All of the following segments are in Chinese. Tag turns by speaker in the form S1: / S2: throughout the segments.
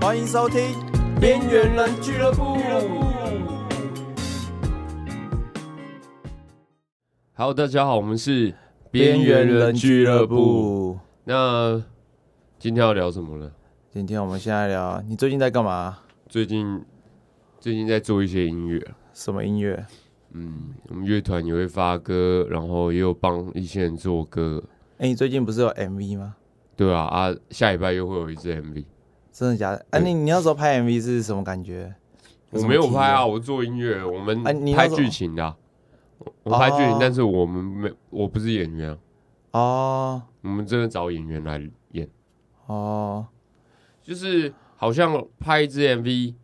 S1: 欢迎收听《边缘人俱乐部》。
S2: Hello，大家好，我们是
S1: 部。
S2: 那今天要聊什么呢？
S1: 今天我们先来聊，你最近在干嘛？
S2: 最近最近在做一些音乐，
S1: 什么音乐？
S2: 嗯，我们乐团也会发歌，然后也有帮一些人做歌，
S1: 哎、你最近不是有 MV 吗？
S2: 对啊啊，下礼拜又会有一支 MV，
S1: 真的假的？哎、
S2: 对
S1: 你你那时候拍 MV 是什么感觉？
S2: 我
S1: 什么
S2: 没有
S1: 体验
S2: 拍啊，我做音乐，我们
S1: 啊你那
S2: 拍
S1: 时候
S2: 剧情的啊、我我拍剧情
S1: 哦，
S2: 但是我们没，我不是演员啊，
S1: 哦
S2: 我们真的找演员来演。
S1: 哦，
S2: 就是好像拍一支 MV，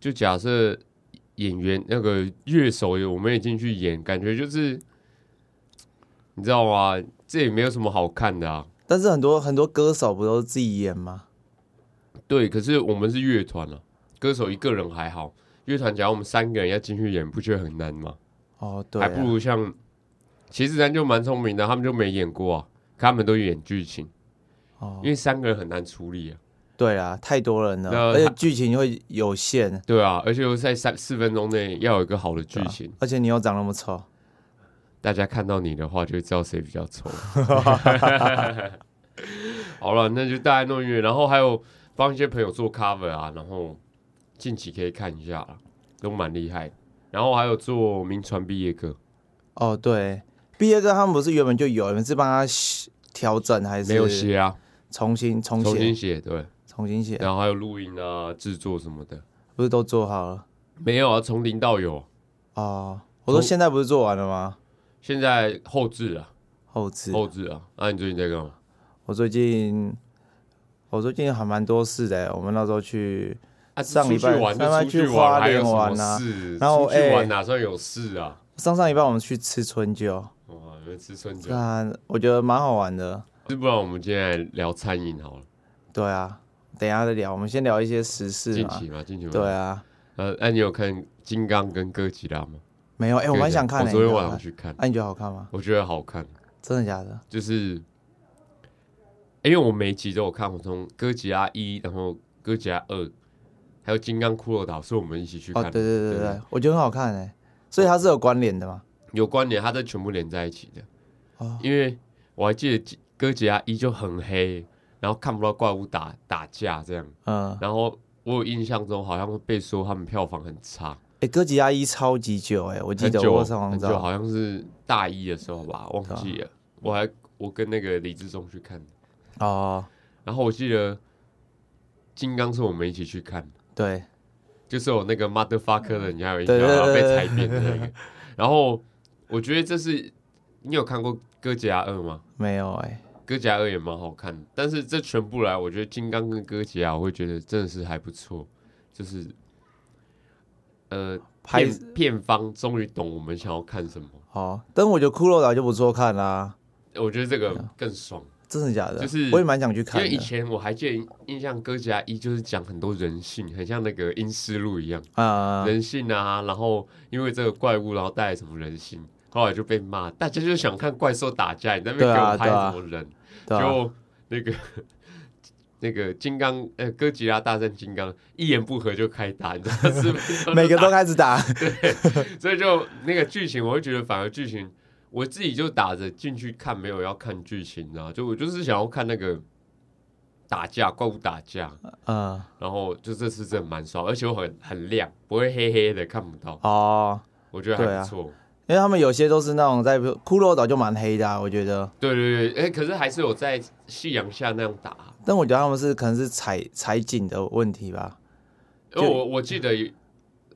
S2: 就假设演员那个乐手我们也进去演，感觉就是你知道吗？这也没有什么好看的啊。
S1: 但是很多很多歌手不都是自己演吗？
S2: 对，可是我们是乐团啊，歌手一个人还好，乐团假如我们三个人要进去演，不觉得很难吗？
S1: 哦，对、
S2: 还
S1: 啊，
S2: 不如像其实咱就蛮聪明的，他们就没演过啊，可他们都演剧情，
S1: 哦
S2: 因，为三个人很难处理啊。
S1: 对啦，太多人了，
S2: 那
S1: 而且
S2: 他
S1: 剧情会有限，
S2: 对啊，而且又在三四分钟内要有一个好的剧
S1: 对啊
S2: 情。
S1: 而且你又长那么丑，
S2: 大家看到你的话，就会知道谁比较丑。 好了，那就大家弄音乐，然后还有帮一些朋友做 cover 啊，然后近期可以看一下啦，都蛮厉害的。然后还有做名传毕业歌，
S1: 哦，对，毕业歌他们不是原本就有，你们是帮他写调整还是
S2: 没有写啊，
S1: 重新重
S2: 重新
S1: 写
S2: 写对，
S1: 重新写？
S2: 然后还有录音啊、制作什么的，
S1: 不是都做好了？
S2: 没有啊，从零到有。
S1: 哦，我说
S2: 从
S1: 现在不是做完了吗？
S2: 现在后置啊，
S1: 后置，
S2: 后置啊，那、你最近在干嘛？
S1: 我最近我最近还蛮多事的，欸我们那时候去，
S2: 啊，
S1: 上礼
S2: 出去
S1: 拜
S2: 玩
S1: 上礼拜
S2: 就出去
S1: 去花
S2: 玩，还有
S1: 莲
S2: 什么
S1: 玩啊
S2: 事？
S1: 然后
S2: 出去
S1: 哎
S2: 玩哪算有事啊？
S1: 上上一半我们去吃春酒，
S2: 哇，你们吃春酒。
S1: 看我觉得蛮好玩的。
S2: 是不然我们今天来聊餐饮好了，
S1: 对啊，等一下再聊，我们先聊一些时事
S2: 近
S1: 嘛。
S2: 期嘛，近期嘛。
S1: 对。啊，
S2: 呃，那、你有看《金刚》跟《哥吉拉》吗？
S1: 没有，哎、我蛮想看的、
S2: 我昨天
S1: 你知道
S2: 晚
S1: 吗
S2: 上去看，
S1: 哎、你觉得好看吗？
S2: 我觉得好看，
S1: 真的假的？
S2: 就是因为我每一集都有看，我从《哥吉拉一》，然后《哥吉拉二》，还有《金刚骷髅岛》，是我们一起去
S1: 哦
S2: 看，的。
S1: 对对对对
S2: 对
S1: 对，我觉得很好看哎、所以它是有关联的嘛？
S2: 有关联，它都全部连在一起的。
S1: 哦
S2: 因为我还记得《哥吉拉一》就很黑，然后看不到怪物打打架这样，
S1: 嗯，
S2: 然后我有印象中好像会被说他们票房很差。
S1: 哎、哥吉拉一超级久哎、我记
S2: 很
S1: 得
S2: 久
S1: 我上网
S2: 很久，
S1: 找，啊
S2: 好像是大一的时候吧，忘记了。我还我跟那个李志忠去看，
S1: 哦，
S2: 然后我记得金刚是我们一起去看，
S1: 对，
S2: 就是有那个 motherfucker 的，你还有印象吗
S1: 对对对
S2: 被
S1: 对
S2: 踩扁的那个。然后我觉得这是你有看过《哥吉拉二》吗？
S1: 没有哎、
S2: 《哥吉拉二》也蛮好看的，但是这全部来，我觉得《金刚》跟《哥吉拉》，我会觉得真的是还不错，就是呃，
S1: 拍
S2: 片片方终于懂我们想要看什么。
S1: 哦，但我觉得骷髅岛就不错看啦，
S2: 我觉得这个更爽，
S1: 真的假的？
S2: 就是
S1: 我也蛮想去
S2: 因
S1: 啊看
S2: 为以
S1: 的
S2: 前我还记得印象哥吉拉一就是讲很多人性，很像那个《阴尸路》一样，
S1: 啊、
S2: 人性啊，然后因为这个怪物，然后带来什么人性，后来就被骂，大家就想看怪兽打架，你在那边
S1: 对
S2: 给
S1: 啊
S2: 我拍什么人？
S1: 对啊、
S2: 就那个那个金刚，呃，哥吉拉大战金刚，一言不合就开打，你知道是不 是
S1: 每个都开始 打，
S2: 所以就那个剧情，我会觉得反而剧情，我自己就打着进去看，没有要看剧情啊，就我就是想要看那个打架，怪物打架，
S1: 嗯，
S2: 然后就这次真的蛮爽，而且我很很亮，不会黑黑的看不到，
S1: 哦，
S2: 我觉得
S1: 对
S2: 还
S1: 啊
S2: 不错。
S1: 因为他们有些都是那种在骷髅岛就蛮黑的、啊，我觉得，
S2: 对对对，哎，可是还是有在夕阳下那样打。啊
S1: 但我觉得他们是可能是采采景的问题吧，
S2: 因为我我记得，因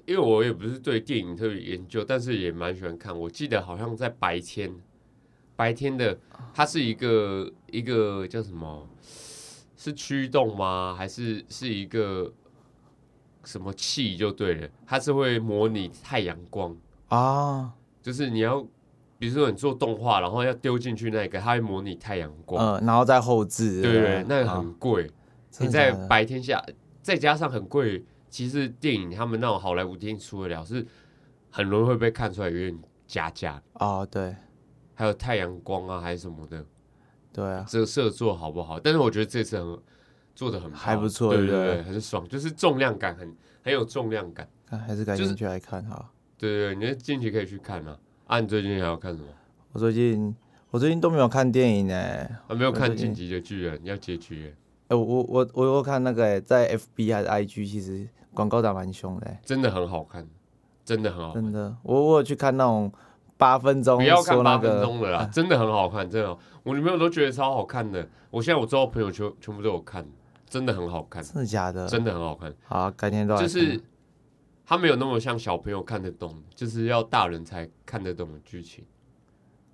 S2: 为我也不是对电影特别研究，但是也蛮喜欢看。我记得好像在白天，白天的它是一个一个叫什么？是驱动吗？还是是一个什么气就对了？它是会模拟太阳光，
S1: 啊、
S2: 就是你要，比如说你做动画，然后要丢进去那个，它会模拟太阳光。
S1: 嗯，然后再后置，
S2: 对对
S1: 不
S2: 对，嗯那个
S1: 啊
S2: 很贵。你
S1: 真的
S2: 在
S1: 假的
S2: 白天下，再加上很贵，其实电影他们那种好莱坞电影出得了，是很容易会被看出来有点假假的，
S1: 哦，对
S2: 还有太阳光啊，还是什么的
S1: 对啊，
S2: 折射做好不好？但是我觉得这次很，做的很棒
S1: 还不错对
S2: 对
S1: 不对
S2: 对，很爽，就是重量感很很有重量感。
S1: 看还是赶
S2: 就是
S1: 紧去来看哈。
S2: 对对对，你近期可以去看啊。啊，你最近还要看什么？
S1: 我最近我最近都没有看电影哎、
S2: 啊，没有看《
S1: 最近
S2: 进击的巨人》，要结局耶，
S1: 哎、我我我我有看那个、欸、在 FB 还是 IG，其实广告打蛮凶的、欸，
S2: 真的很好看，真的很好看。
S1: 真的。我我有去看那种八分钟，
S2: 不要看
S1: 说
S2: 八
S1: 那
S2: 分
S1: 个啊
S2: 钟的啦，真的很好看，真的好。我女朋友都觉得超好看的。我现在我周遭朋友全全部都有看，真的很好看，
S1: 真的假的？
S2: 真的很好看。
S1: 好，啊改天都来看
S2: 就是它没有那么像小朋友看得懂，就是要大人才看得懂的剧情。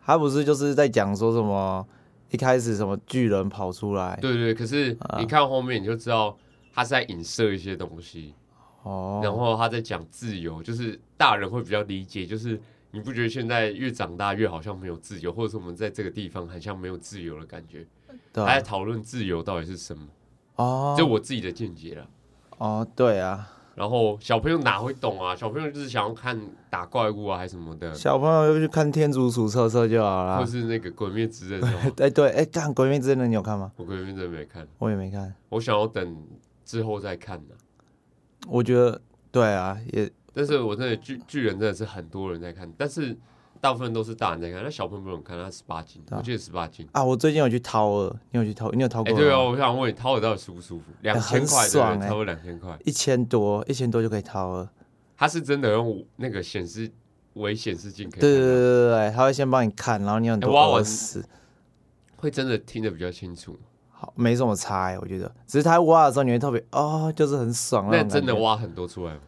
S1: 他不是就是在讲说什么一开始什么巨人跑出来
S2: 对对，可是
S1: 啊
S2: 你看后面你就知道他是在影射一些东西，
S1: 哦，
S2: 然后他在讲自由，就是大人会比较理解，就是你不觉得现在越长大越好像没有自由，或者是我们在这个地方很像没有自由的感觉？
S1: 对
S2: 他
S1: 啊
S2: 在讨论自由到底是什么，这
S1: 哦
S2: 我自己的见解了。
S1: 哦对啊，
S2: 然后小朋友哪会懂啊？小朋友就是想要看打怪物啊，还是什么的，
S1: 小朋友就去看天竺鼠车车就好
S2: 或
S1: 啦。
S2: 是那个《鬼灭之刃》哦。
S1: 哎、对，哎、干《鬼灭之刃》你有看吗？
S2: 我《鬼灭之刃》没看，
S1: 我也没看，
S2: 我想要等之后再看呢、
S1: 我觉得对啊，也
S2: 但是我真的巨巨人真的是很多人在看，但是大部分都是大人在看，那小朋友不能看，他十八禁，
S1: 啊
S2: 我记得十八禁。
S1: 啊，我最近有去掏耳，你有去掏？你有掏
S2: 哎、
S1: 过吗？
S2: 对啊，我想问你，掏耳到底舒不舒服？两千
S1: 很
S2: 块对
S1: 爽
S2: 不对？
S1: 哎
S2: 超过两千块，
S1: 一千多，一千多就可以掏了。
S2: 他是真的用那个显示微显示镜可以看
S1: 对对
S2: 到
S1: 对对对，他会先帮你看，然后你有很多
S2: 哎挖完
S1: 耳屎，
S2: 会真的听得比较清楚。
S1: 好，没什么差、欸，我觉得。只是他挖的时候，你会特别哦，就是很爽那
S2: 那
S1: 种感
S2: 真的
S1: 觉。
S2: 挖很多出来吗？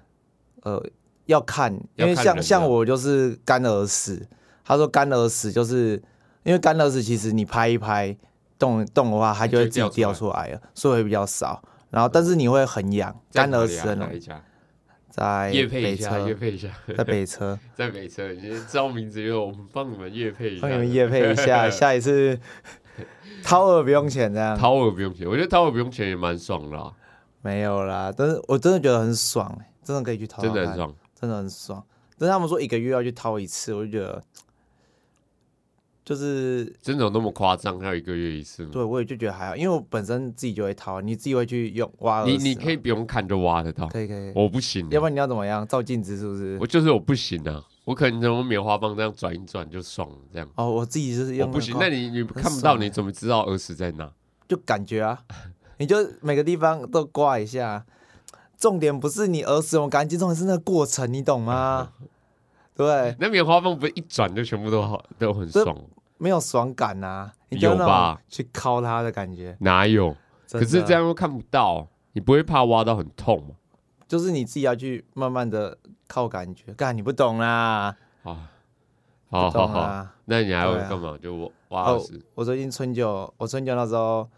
S1: 呃，要看，因为
S2: 要看人
S1: 像
S2: 的
S1: 像我就是干耳屎，他说干耳屎就是因为干耳屎，其实你拍一拍动动的话，它就会自己
S2: 哎就掉
S1: 掉
S2: 出
S1: 出来了，所以会比较少。然后，但是你会很痒，干啊耳
S2: 了
S1: 屎的那
S2: 哪一
S1: 种，
S2: 家？
S1: 在
S2: 夜配
S1: 北
S2: 一下，夜
S1: 车，
S2: 配一下，
S1: 在北车，
S2: 在北车，你知道名字就我们帮你们夜配一下，
S1: 帮你们夜配一 下，下一次掏耳不用钱这样。
S2: 掏耳不用钱，我觉得掏耳不用钱也蛮爽的、啊，
S1: 没有啦，但是我真的觉得很爽、欸，真的可以去掏，
S2: 真的很，爽。
S1: 真的很爽。但是他们说一个月要去掏一次，我就觉得，就是
S2: 真的有那么夸张？要一个月一次吗？
S1: 对我也就觉得还好，因为我本身自己就会掏，你自己会去用挖耳
S2: 你
S1: 屎
S2: 你
S1: 嘛
S2: 可以不用看就挖得到，
S1: 啊可以可以，
S2: 我不行啊、
S1: 要不然你要怎么样照镜子是不是
S2: 我？就是我不行啊，我可能用棉花棒这样转一转就爽了，这样
S1: 哦，我自己就是
S2: 我
S1: 用
S2: 不行。
S1: 个
S2: 那你你看不
S1: 爽
S2: 到，
S1: 欸
S2: 你怎么知道耳屎在哪？
S1: 就感觉 啊，你就每个地方都刮一下。啊重点不是你耳屎有没有干净，重点是那个过程，你懂 吗？对，
S2: 那棉花棒不是一转就全部都好都很
S1: 这
S2: 爽？
S1: 没有爽感呐、你就
S2: 有
S1: 那种
S2: 吧
S1: 去敲它的感觉。
S2: 哪有？
S1: 真的
S2: 可是这样又看不到，你不会怕挖到很痛吗？
S1: 就是你自己要去慢慢的靠感觉，干你不懂啦，
S2: 啊，
S1: 不
S2: 好好
S1: 懂
S2: 好，
S1: 啦。
S2: 那你还会
S1: 对啊
S2: 干嘛？就挖挖耳
S1: 哦
S2: 屎？
S1: 我最近春酒，我春酒那时候，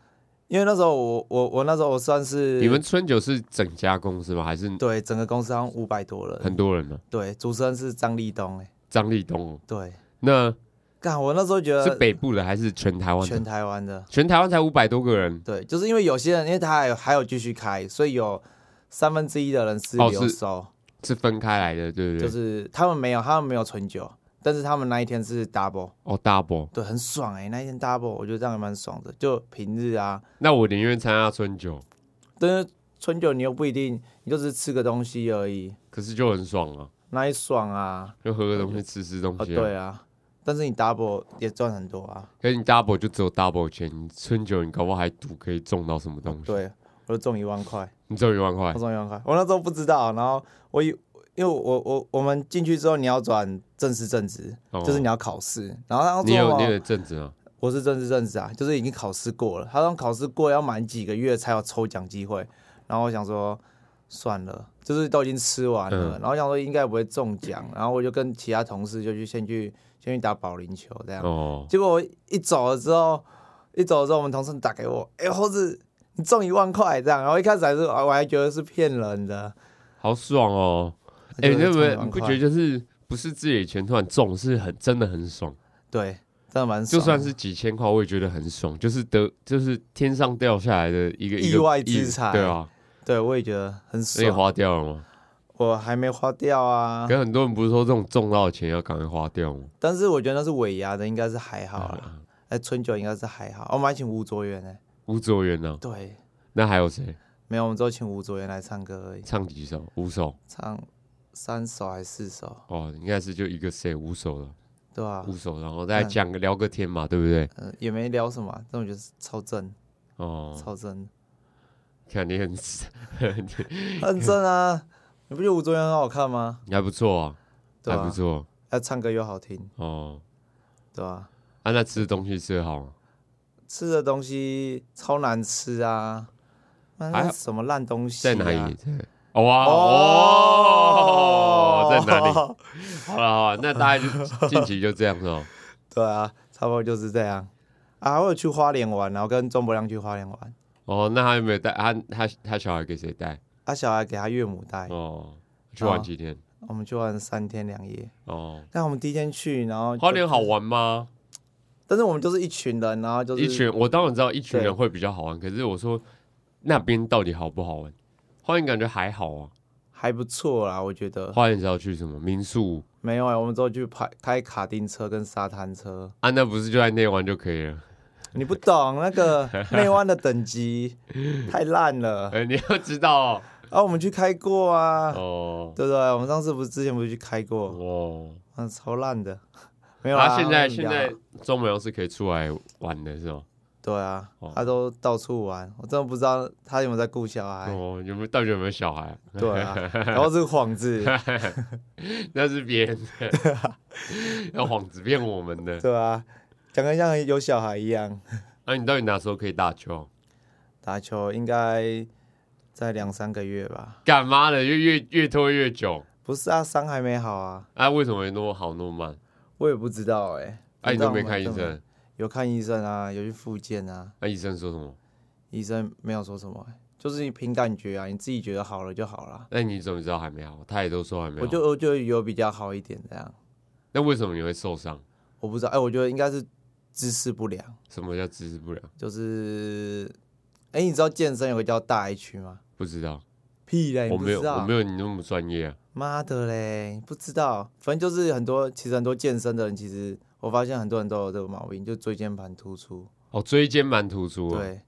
S1: 因为那时候我我我那时候我算是
S2: 你们春酒是整家公司吗？还是
S1: 对整个公司好像五百多人，
S2: 很多人呢？
S1: 对，主持人是张立东、哎，
S2: 张立东哦，
S1: 对，
S2: 那
S1: 干我那时候觉
S2: 是
S1: 得
S2: 北部的还是全台湾
S1: 呃
S2: 的？
S1: 全台湾的，
S2: 全台湾才五百多个人，
S1: 对，就是因为有些人因为他还有还有继续开，所以有三分之一的人是
S2: 哦
S1: 留
S2: 是
S1: 收。
S2: 是分开来的，对不对？
S1: 就是他们没有，他们没有存酒，但是他们那一天是 double，
S2: 哦，double。
S1: 对，很爽哎、那一天 double，我觉得这样也蛮爽的。就平日啊，
S2: 那我宁愿参加春酒，
S1: 但是春酒你又不一定，你就只是吃个东西而已，
S2: 可是就很爽啊，
S1: 那也爽啊，
S2: 就喝个东西，吃吃东
S1: 啊
S2: 西、啊。
S1: 对啊，但是你 double 也赚很多啊，
S2: 可是你 double 就只有 double 钱，你春酒你搞不好还赌可以中到什么东西。，
S1: 对，我就中一万块，
S2: 你中一万块
S1: 我，中一万块，我那时候不知道，然后我以因为我我我们进去之后你要转正式正职，
S2: 哦
S1: 就是你要考试，然后他说
S2: 你有
S1: 什么
S2: 你有证子啊吗？
S1: 我是政治政治啊，就是已经考试过了。他说考试过要满几个月才有抽奖机会，然后我想说算了，就是都已经吃完了，
S2: 嗯
S1: 然后想说应该不会中奖，然后我就跟其他同事就去先去先去打保龄球这样。
S2: 哦，
S1: 结果我一走了之后，一走了之后，我们同事打给我，哎、猴子，你中一万块这样。然后一开始还是我还觉得是骗人的，
S2: 好爽哦！
S1: 就
S2: 哎、
S1: 是
S2: 你有没
S1: 中一
S2: 有
S1: 万
S2: 你不
S1: 块
S2: 觉得就是不是自己的钱突然中，是很真的很爽，
S1: 对，真的蛮爽的啊
S2: 就算是几千块，我也觉得很爽，就是得就是天上掉下来的一个一
S1: 意
S2: 个
S1: 外之财
S2: 对啊，
S1: 对我也觉得很
S2: 那你
S1: 爽，
S2: 花掉了吗？
S1: 我还没花掉啊
S2: 可。是很多人不是说这种中到的钱要赶快花掉吗？
S1: 但是我觉得那是尾牙的，应该是还好啦。
S2: 啊，
S1: 哦哎，春酒应该是还好，我们还请吴卓源呢。
S2: 吴卓源呢？
S1: 对，
S2: 啊那还有谁
S1: 没有，我们之后请吴卓源来唱歌而已，
S2: 唱几首？五首
S1: 唱三首还是四首？
S2: 哦，应该是就一个谁五首了，
S1: 对啊
S2: 五，首，然后再讲个聊个天嘛，对不对？
S1: 呃，也没聊什么啊，但我觉得是超正，
S2: 哦，
S1: 超正，
S2: 看你很
S1: 很正啊！你不觉得吴卓源很好看吗？
S2: 还不错啊，
S1: 对
S2: 还
S1: 吧、
S2: 不
S1: 啊？
S2: 错
S1: 他唱歌又好听，
S2: 哦。
S1: 对吧、
S2: 啊，那吃的东西吃得好吗？
S1: 吃的东西超难吃啊！
S2: 还
S1: 那
S2: 好
S1: 是什么烂东西、啊？
S2: 在哪里？在哦哇
S1: 哦
S2: 哦，，在 哪里？？好了好了，那大概就近期就这样子哦。
S1: 对啊，差不多就是这样。啊，我有去花莲玩，然后跟钟伯亮去花莲玩。
S2: 哦，那他有没有带他他他小孩给谁带？
S1: 啊，小孩给他岳母带，
S2: 哦，去玩几天？
S1: 我们去玩三天两夜。
S2: 哦，
S1: 但我们第一天去，然后就
S2: 花莲好，玩吗？
S1: 但是我们就是一群人，然后就是
S2: 一群我当然知道一群
S1: 对
S2: 人会比较好玩，可是我说那边到底好不好玩？花莲感觉还好啊。
S1: 还不错啦，我觉得。
S2: 花莲是要去什么民宿
S1: 没有哎、我们之后去拍开卡丁车跟沙滩车，
S2: 啊？那不是就在内湾就可 以了？
S1: 你不懂那 个内湾的等级太烂了。
S2: 呃，你要知道 哦
S1: 啊，我们去开过啊，
S2: 哦
S1: 对不对？我们上次不是之前不是去开过，
S2: 哦。
S1: 嗯，超烂的，没有啊啦。
S2: 啊他现在
S1: 比
S2: 现
S1: 较好
S2: 在周末是可以出来玩的是吗？
S1: 对啊
S2: 哦，
S1: 他都到处玩，我真的不知道他有没有在顾小孩。
S2: 哦，有没有到底有没有小 孩？
S1: 对啊，然后是个幌子，
S2: 那是别人的， 要幌子骗我们的。
S1: 对啊，讲得像有小孩一样。
S2: 那、你到底哪时候可以打球？
S1: 打球应该在两三个月吧？
S2: 干嘛的？越越越拖越久。
S1: 不是啊，伤还没好啊，
S2: 啊，为什么那么好那么慢？
S1: 我也不知道哎、
S2: 啊，你
S1: 知道
S2: 都没
S1: 吗
S2: 看医？
S1: 对吗
S2: 生？
S1: 有看医生啊，有去复健啊，
S2: 那、医生说什么？
S1: 医生没有说什么欸、就是你凭感觉啊，你自己觉得好了就好了。
S2: 那你怎么知道还没好？他也都说还没好。
S1: 我就我就有比较好一点这样，
S2: 那为什么你会受伤？
S1: 我不知道，哎、我觉得应该是姿势不良，
S2: 什么叫姿势不良？
S1: 就是，哎、你知道健身有个叫大 H 吗？
S2: 不知道，
S1: 屁哎嘞，你
S2: 我
S1: 不
S2: 没
S1: 知
S2: 有，我
S1: 道
S2: 没？有你那么专业啊。
S1: 妈的嘞，不知道，反正就是很多，其实很多健身的人，其实我发现很多人都有这个毛病，就椎间盘突出。
S2: 哦，椎间盘突出、啊。，
S1: 对，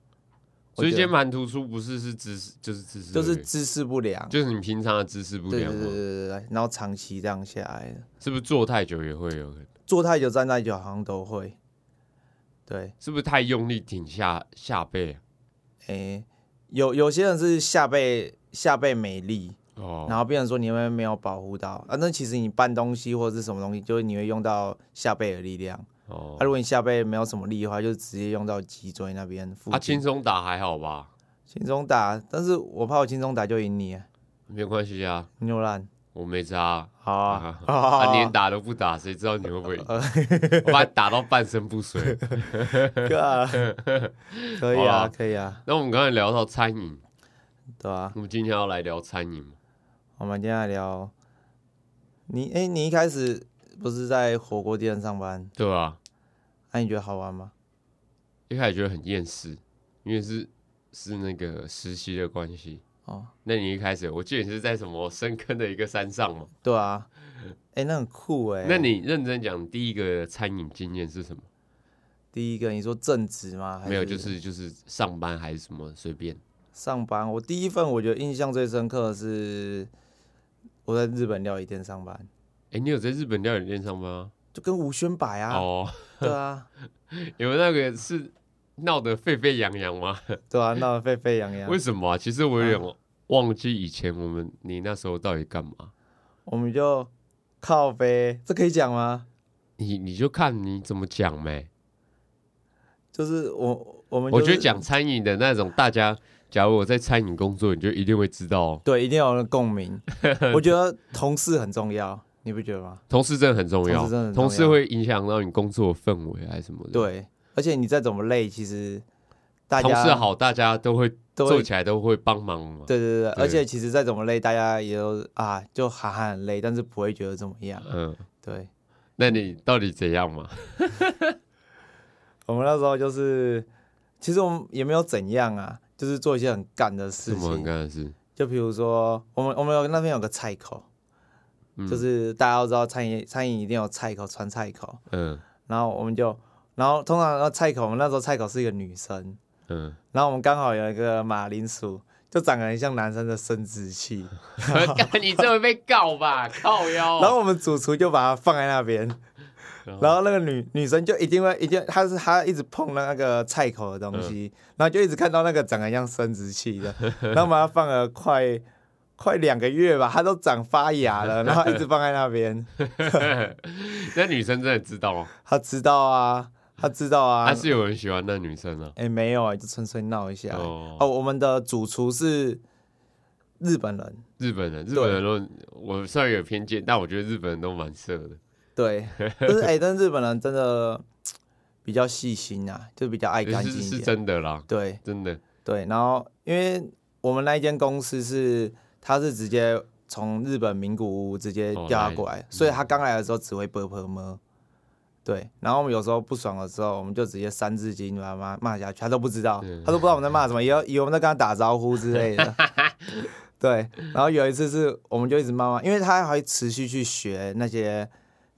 S1: 我
S2: 椎
S1: 觉
S2: 间
S1: 得
S2: 盘突出不是是姿势，就是姿势
S1: 就
S2: 而已，
S1: 是姿势不良，
S2: 就是你平常的姿势不
S1: 对对
S2: 良哦
S1: 对对
S2: 嘛，
S1: 对对，然后长期这样下来的，
S2: 是不是坐太久也会有可能？
S1: 坐太久、站太久好像都会。对，
S2: 是不是太用力挺下下背啊、
S1: 诶，哎有有些人是下背下背没力，
S2: 哦，
S1: 然后变成说你们没有保护到啊，那其实你搬东西或者是什么东西，就是你会用到下背的力量。
S2: 哦
S1: 啊，，如果你下背没有什么力的话，就直接用到脊椎那边附
S2: 啊，
S1: 近
S2: 轻。松打还好吧，
S1: 轻松打，但是我怕我轻松打就赢你，
S2: 没关系啊，
S1: 你又烂。
S2: 我没差
S1: 好
S2: 啊，
S1: 啊，
S2: 啊
S1: 好啊，呃
S2: 连打都不打，谁知道你会不 会赢？我把你打到半身不遂。
S1: 哥，啊可以
S2: 好
S1: 啊，
S2: 啊
S1: 可以啊，
S2: 那我们刚才聊到餐饮，
S1: 对啊，
S2: 我们今天要来聊餐饮嘛？
S1: 我们今天来聊，你哎，你一开始不是在火锅店上班？
S2: 对啊，
S1: 那你觉得好玩吗？
S2: 一开始觉得很厌世，因为是是那个实习的关系。
S1: 哦，
S2: 那你一开始，我记得你是在什么深坑的一个山上嘛？
S1: 对啊，哎，那很酷哎。
S2: 那你认真讲，第一个餐饮经验是什么？
S1: 第一个你说正职吗？还
S2: 没有，就是就是上班还是什么随便
S1: 上班。我第一份我觉得印象最深刻的是我在日本料理店上班，
S2: 哎、你有在日本料理店上班吗？
S1: 就跟吴宣柏啊，
S2: 哦，
S1: 对啊，
S2: 你们那个是闹得沸沸扬扬吗？
S1: 对啊，闹得沸沸扬扬
S2: 为。什么啊、其实我有点忘记以前我们你那时候到底干嘛。
S1: 我们就靠呗，这可以讲吗？
S2: 你你就看你怎么讲呗。
S1: 就是我我们、就
S2: 我
S1: 是、
S2: 觉得讲餐饮的那种，大家假如我在餐饮工作，你就一定会知道、哦，
S1: 对，一定要有人共 鸣。我觉得同事很重要，你不觉得吗？
S2: 同事真的很重
S1: 同
S2: 要
S1: 事真的，很重要
S2: 同事会影响到你工作的氛围还是什么的。，
S1: 对，而且你再怎么累，其实大
S2: 同
S1: 家
S2: 事好，大家都会
S1: 都
S2: 做
S1: 会
S2: 起来都会帮忙嘛。
S1: 对对对，
S2: 对
S1: 而且其实再怎么累，大家也都啊，就喊喊很累，但是不会觉得怎么样。
S2: 嗯，
S1: 对，
S2: 那你到底怎样嘛？
S1: 我们那时候就是，其实我们也没有怎样啊，就是做一些很干的
S2: 什
S1: 事
S2: 么很
S1: 情，
S2: 干的事？
S1: 就比如说我们我们有那边有个菜口，
S2: 嗯
S1: 就是大家都知道餐饮餐饮一定有菜口传菜口，
S2: 嗯
S1: 然后我们就，然后通常那菜口，我们那时候菜口是一个女生，
S2: 嗯，
S1: 然后我们刚好有一个马铃薯，就长得很像男生的生殖器，
S2: 干你这会被 告吧？靠腰哦。
S1: 然后我们主厨就把它放在那边，
S2: 然后
S1: 然后那个女女生就一定会一定，她是她一直碰那个菜口的东
S2: 嗯
S1: 西，然后就一直看到那个长得像生殖器 的，然后我们把它放了快快两个月吧，它都长发芽 了，然后一直放在那边，
S2: 那女生真的知道哦，
S1: 她知道啊，她知道啊，
S2: 还、
S1: 哎、
S2: 是有人喜欢那女生啊？
S1: 没有啊、就纯粹闹一下。
S2: 哦，
S1: 哦，我们的主厨是日本人，
S2: 日本人，日本人都，我虽然有偏见，但我觉得日本人都蛮色的。
S1: 对，但是哎、但是日本人真的比较细心啊，就比较爱干
S2: 是
S1: 净一
S2: 是
S1: 点。
S2: 真的啦，
S1: 对
S2: 真的。
S1: 对，然后因为我们那一间公司是，他是直接从日本名古屋直接
S2: 哦
S1: 调他
S2: 来
S1: 过来，所以他刚来的时候只会啵啵么。对，然后我们有时候不爽的时候，我们就直接三字经把他骂骂下去，他都不知道，他都不知道我们在骂什么，以为以为我们在跟他打招呼之类 的。对，然后有一次是我们就一直骂骂，因为他还会持续去学那些，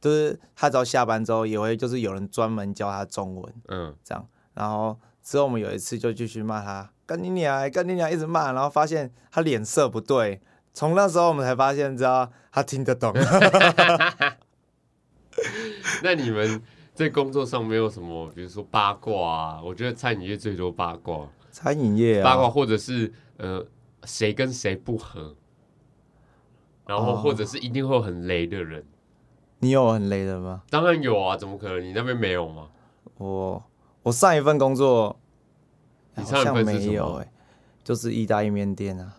S1: 就是他只要下班之后也会就是有人专门教他中文，
S2: 嗯，
S1: 这样。然后之后我们有一次就继续骂他，干你娘，干你娘，一直骂，然后发现他脸色不对，从那时候我们才发现，知道他听得 懂。
S2: 那 你们在工作上没有什么，比如说八卦啊？我觉得餐饮业最多八卦，
S1: 餐饮业
S2: 八
S1: 啊，
S2: 卦或者是呃谁跟谁不合，然后
S1: 哦
S2: 或者是一定会有很雷的人。
S1: 你有很累的吗？
S2: 当然有啊，怎么可能？你那边没有吗？
S1: 我我上一份工作
S2: 你
S1: 好
S2: 上一
S1: 像
S2: 份是
S1: 没
S2: 什
S1: 有
S2: 么
S1: 哎、就是意大利面店啊。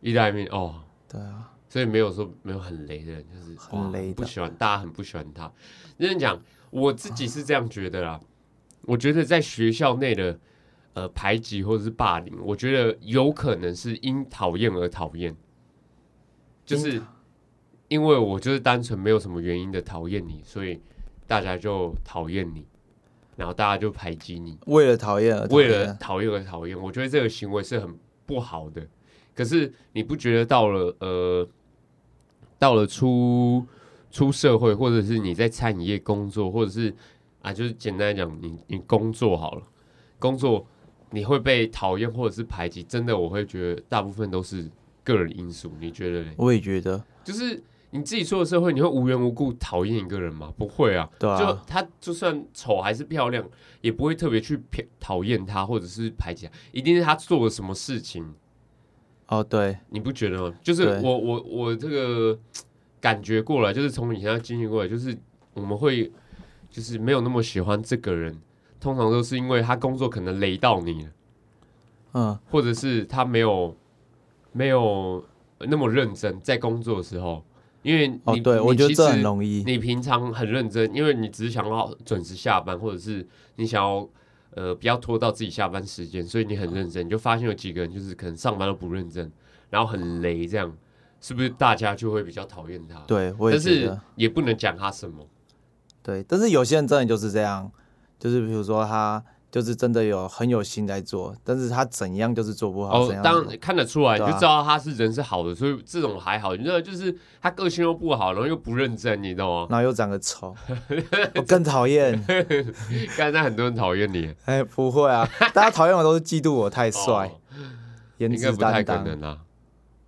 S2: 意大利面哦，
S1: 对啊，
S2: 所以没有说没有很雷的人，就是
S1: 很
S2: 哇
S1: 雷的
S2: 不喜欢，大家很不喜欢他。认真讲，我自己是这样觉得啦。我觉得在学校内的呃排挤或者是霸凌，我觉得有可能是因讨厌而讨厌，就是因为我就是单纯没有什么原因的讨厌你，所以大家就讨厌你，然后大家就排挤你。
S1: 为了讨厌而啊讨
S2: 为了
S1: 厌，
S2: 讨厌而讨厌，我觉得这个行为是很不好的。可是你不觉得到了呃，到了出出社会，或者是你在餐饮业工作，或者是啊，就是简单来讲，你你工作好了，工作你会被讨厌或者是排挤，真的我会觉得大部分都是个人因素。你觉得嘞？
S1: 我也觉得，
S2: 就是你自己出了社会，你会无缘无故讨厌一个人吗？不会啊，
S1: 对啊
S2: 就他就算丑还是漂亮，也不会特别去偏讨厌他或者是排挤他，一定是他做了什么事情，
S1: 哦对，
S2: 你不觉得吗？就是
S1: 对
S2: 我我我这个感觉过来，就是从以前要经历过来，就是我们会就是没有那么喜欢这个人，通常都是因为他工作可能雷到你了，
S1: 嗯，
S2: 或者是他没有没有那么认真在工作的时候。因为你、
S1: 哦对，
S2: 你
S1: 我觉得
S2: 其
S1: 这
S2: 实
S1: 很容易，
S2: 你平常很认真，因为你只是想要准时下班，或者是你想要呃不要拖到自己下班时间，所以你很认真。你就发现有几个人就是可能上班都不认真，然后很雷，这样是不是大家就会比较讨厌他？，
S1: 对我也
S2: 但
S1: 觉
S2: 是
S1: 得，
S2: 也不能讲他什么。
S1: 对，但是有些人真的就是这样，就是比如说他就是真的有很有心在做，但是他怎样就是做不好，
S2: 哦
S1: 怎，样
S2: 当然看得出来，你
S1: 对啊
S2: 就知道他是人是好的，所以这种还好。你知道，就是他个性又不好，然后又不认真，你懂吗？
S1: 然后又长得 丑，我更讨厌。
S2: 刚才很多人讨厌你，
S1: 哎，不会啊，大家讨厌我都是嫉妒我太帅，
S2: 哦
S1: 颜
S2: 应该
S1: 值
S2: 不太
S1: 担
S2: 可
S1: 当。
S2: 能啊，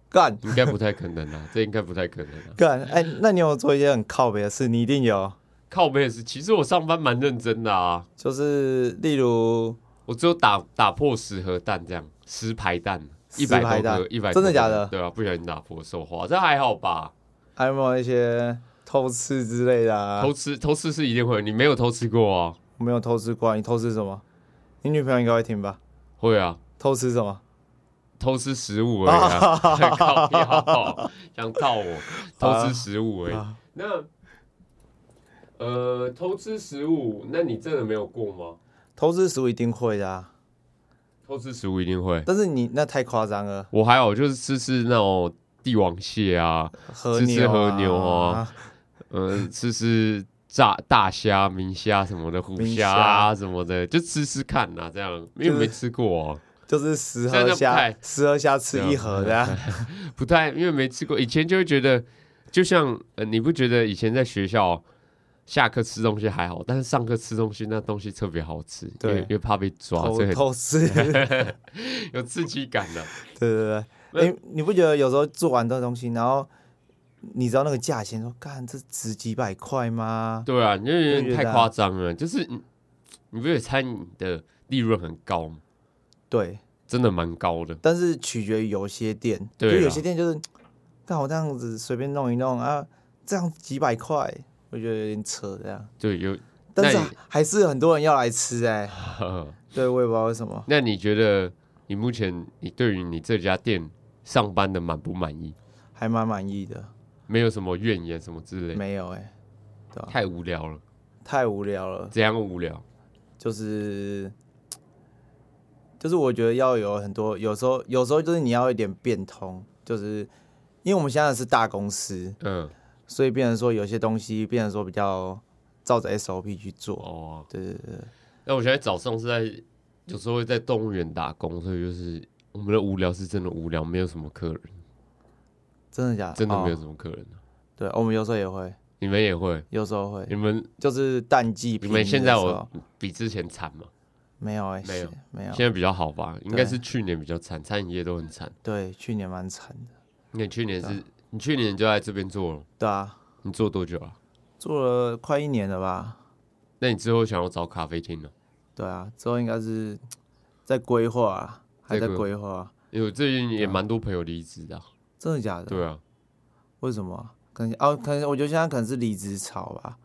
S1: 干
S2: 应该不太可能啊，这应该不太可能啊。
S1: 干，哎，那你有做一些很靠北的事？你一定有，
S2: 靠背也是，其实我上班蛮认真的啊，
S1: 就是例如
S2: 我只有打打破十盒蛋这样，十排蛋，一
S1: 十
S2: 百
S1: 排
S2: 多
S1: 蛋
S2: 个，一百
S1: 真的假的
S2: 对啊，不小心打破手滑，这还好吧？
S1: 还有没有一些偷吃之类的啊
S2: 偷？吃偷吃是一定会有，你没有偷吃过啊？
S1: 我没有偷吃过，你偷吃什么？你女朋友应该会听吧？
S2: 会啊，
S1: 偷吃什么？
S2: 偷吃食物而已啊， 靠腰想套我，偷吃食物而已。
S1: 啊
S2: 那呃，偷吃食物，那你真的没有过吗？
S1: 偷吃食物一定会的啊，
S2: 偷吃食物一定会，
S1: 但是你那太夸张了，
S2: 我还有就是吃吃那种帝王蟹啊，
S1: 和
S2: 吃吃
S1: 牛、啊、
S2: 和牛哦，嗯，吃吃炸大虾、明虾什么的，虎
S1: 明
S2: 虾啊什么的，就吃吃看呐、这样，因为
S1: 就是
S2: 没吃过、哦，
S1: 就是十
S2: 真
S1: 盒
S2: 的不
S1: 虾
S2: 太，
S1: 十盒虾吃一盒的、啊，
S2: 不太，因为没吃过，以前就会觉得，就像呃，你不觉得以前在学校，下课吃东西还好，但是上课吃东西那东西特别好吃，因
S1: 对
S2: 为因为怕被抓，
S1: 偷
S2: 所以很
S1: 偷 吃，对
S2: 有刺激感的、
S1: 对对。哎、你不觉得有时候做完这东西，然后你知道那个价钱，说干这值几百块吗？
S2: 对啊，你就有
S1: 就觉
S2: 点
S1: 得
S2: 太
S1: 啊
S2: 夸张了，就是你你不觉得餐饮的利润很高吗？
S1: 对，
S2: 真的蛮高的，
S1: 但是取决于有些店，
S2: 对啊
S1: 就有些店就是，干我这样子随便弄一弄啊，这样几百块，我觉得有点扯这样。
S2: 对，有。
S1: 但是
S2: 那你
S1: 还是很多人要来吃哎、对我也不知道为什么。
S2: 那你觉得你目前你对于你这家店上班的满不满意？
S1: 还蛮满意的，
S2: 没有什么怨言什么之类的，
S1: 没有哎、啊
S2: 太无聊了，
S1: 太无聊了，
S2: 怎样无聊？
S1: 就是就是我觉得要有很多，有时候有时候就是你要有一点变通，就是因为我们现在是大公司，
S2: 嗯，
S1: 所以变成说有些东西变成说比较照着 SOP 去做，
S2: 哦，
S1: 对对对，
S2: 那我现在早上是在有时候会在动物园打工，所以就是我们的无聊是真的无聊，没有什么客人，
S1: 真的假的？
S2: 真的没有
S1: 哦
S2: 什么客人。啊
S1: 对，哦我们有时候也会，
S2: 你们也会？
S1: 有时候会，
S2: 你们
S1: 就是淡季
S2: 你
S1: 平日
S2: 们
S1: 的时候。
S2: 现在有比之前惨吗？
S1: 没有哎、
S2: 没有
S1: 没有
S2: 现，在比较好吧？应该是去年比较惨，餐饮业都很惨。
S1: 对，去年蛮惨的，
S2: 你去年
S1: 啊
S2: 是，你去年就在这边做了，
S1: 对啊，
S2: 你做多久啊？
S1: 做了快一年了吧？
S2: 那你之后想要找咖啡厅呢？
S1: 对啊，之后应该是在规划啊，还在
S2: 在规
S1: 规划啊，
S2: 因为我最近也蛮多朋友离职的啊、
S1: 真的假的？
S2: 对啊，
S1: 为什么啊？可能哦，可能我觉得现在可能是离职潮吧，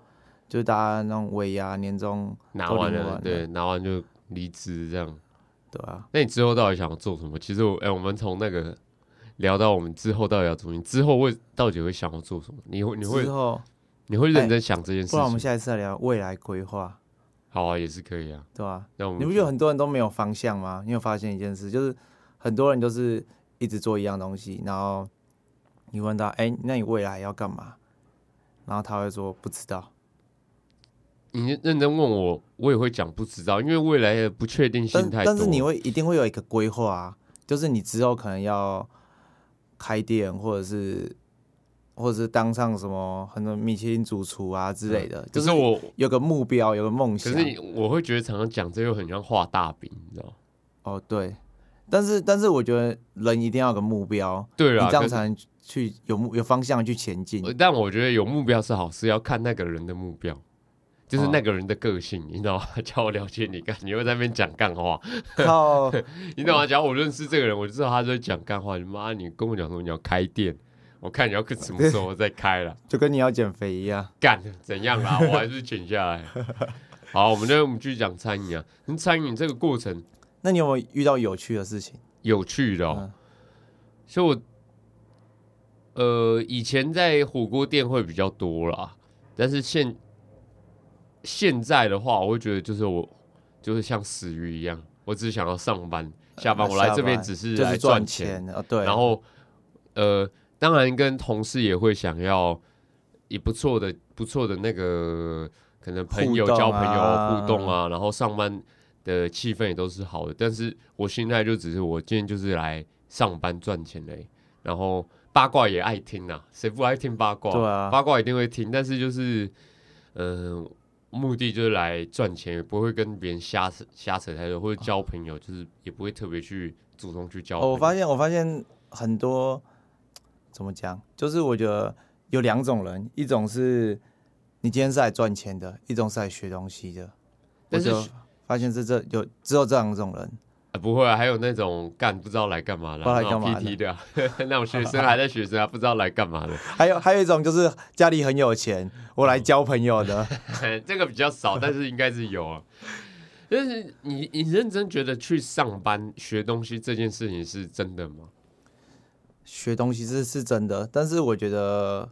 S1: 就是大家那种尾牙、年终，
S2: 拿完
S1: 都领完
S2: 了，
S1: 了
S2: 对，拿完就离职这样。
S1: 对啊，
S2: 那你之后到底想要做什么？其实我，哎、我们从那个聊到我们之后到底要做，你之后会到底会想要做什么？你会你会
S1: 之后，哎
S2: 你会认真想这件事
S1: 不然我们
S2: 情？
S1: 下一次再聊未来规划，
S2: 好啊，也是可以啊。
S1: 对吧、
S2: 那我们
S1: 你不觉得很多人都没有方向吗？你有发现一件事，就是很多人就是一直做一样东西，然后你问他，哎、那你未来要干嘛？然后他会说不知道，
S2: 你认真问我，我也会讲不知道，因为未来的不确定性
S1: 但
S2: 太多。
S1: 但是你会一定会有一个规划啊，就是你之后可能要开店，或者是或者是当上什么很多米其林主厨啊之类的，
S2: 嗯可
S1: 就是
S2: 我，
S1: 有个目标，有个梦
S2: 可
S1: 想。
S2: 是你我会觉得常常讲这又很像画大饼，你知道吗？
S1: 哦，对，但是但是我觉得人一定要有个目标，
S2: 对
S1: 你
S2: 啦，
S1: 这样
S2: 可是
S1: 才能去有目有方向去前进。
S2: 呃但我觉得有目标是好事，要看那个人的目标，就是
S1: 哦
S2: 那个人的个性，你知道吗？ 叫我了解你干，你会在那边讲干话，
S1: 靠，
S2: 你懂吗？假如我认识这个人，我就知道他在讲干话。你妈，你跟我讲说你要开店，我看你要什么时候再开了，
S1: 就跟你要减肥一样。
S2: 干怎样啦？我还是请下来。好，我们那我们继续讲餐饮啊。那餐饮这个过程
S1: 那你有没有遇到有趣的事情？
S2: 有趣的、哦，所以我呃以前在火锅店会比较多啦，但是现现在的话，我会觉得就是我就是像死鱼一样，我只想要上班，呃下班我来这边只 是
S1: 就
S2: 来
S1: 是
S2: 赚
S1: 赚
S2: 钱，
S1: 钱哦，对，
S2: 然后呃，当然跟同事也会想要以不错的、不错的那个可能朋友、
S1: 互动啊
S2: 交朋友互动啊，然后上班的气氛也都是好的。但是我心态就只是我今天就是来上班赚钱嘞，然后八卦也爱听啊，谁不爱听八卦？
S1: 对啊
S2: 八卦一定会听，但是就是嗯。目的就是来赚钱，也不会跟别人瞎扯瞎扯太多，或者交朋友，就是也不会特别去主动去交朋
S1: 哦，
S2: 友。
S1: 我发现，我发现很多怎么讲，就是我觉得有两种人，一种是你今天是来赚钱的，一种是来学东西的。
S2: 但是
S1: 我就发现是这有只有这两种人，
S2: 啊，不会、啊，还有那种干不知道来干嘛的、
S1: 不知道
S2: 啊，那
S1: 来
S2: 种
S1: 干嘛
S2: PT 的、啊， 那种学生还在学生啊，不知道来干嘛的，
S1: 还有还有一种就是家里很有钱，我
S2: 哦
S1: 来交朋友 的。
S2: 这个比较少，但是应该是有啊。但是你你认真觉得去上班学东西这件事情是真的吗？
S1: 学东西是是真的，但是我觉得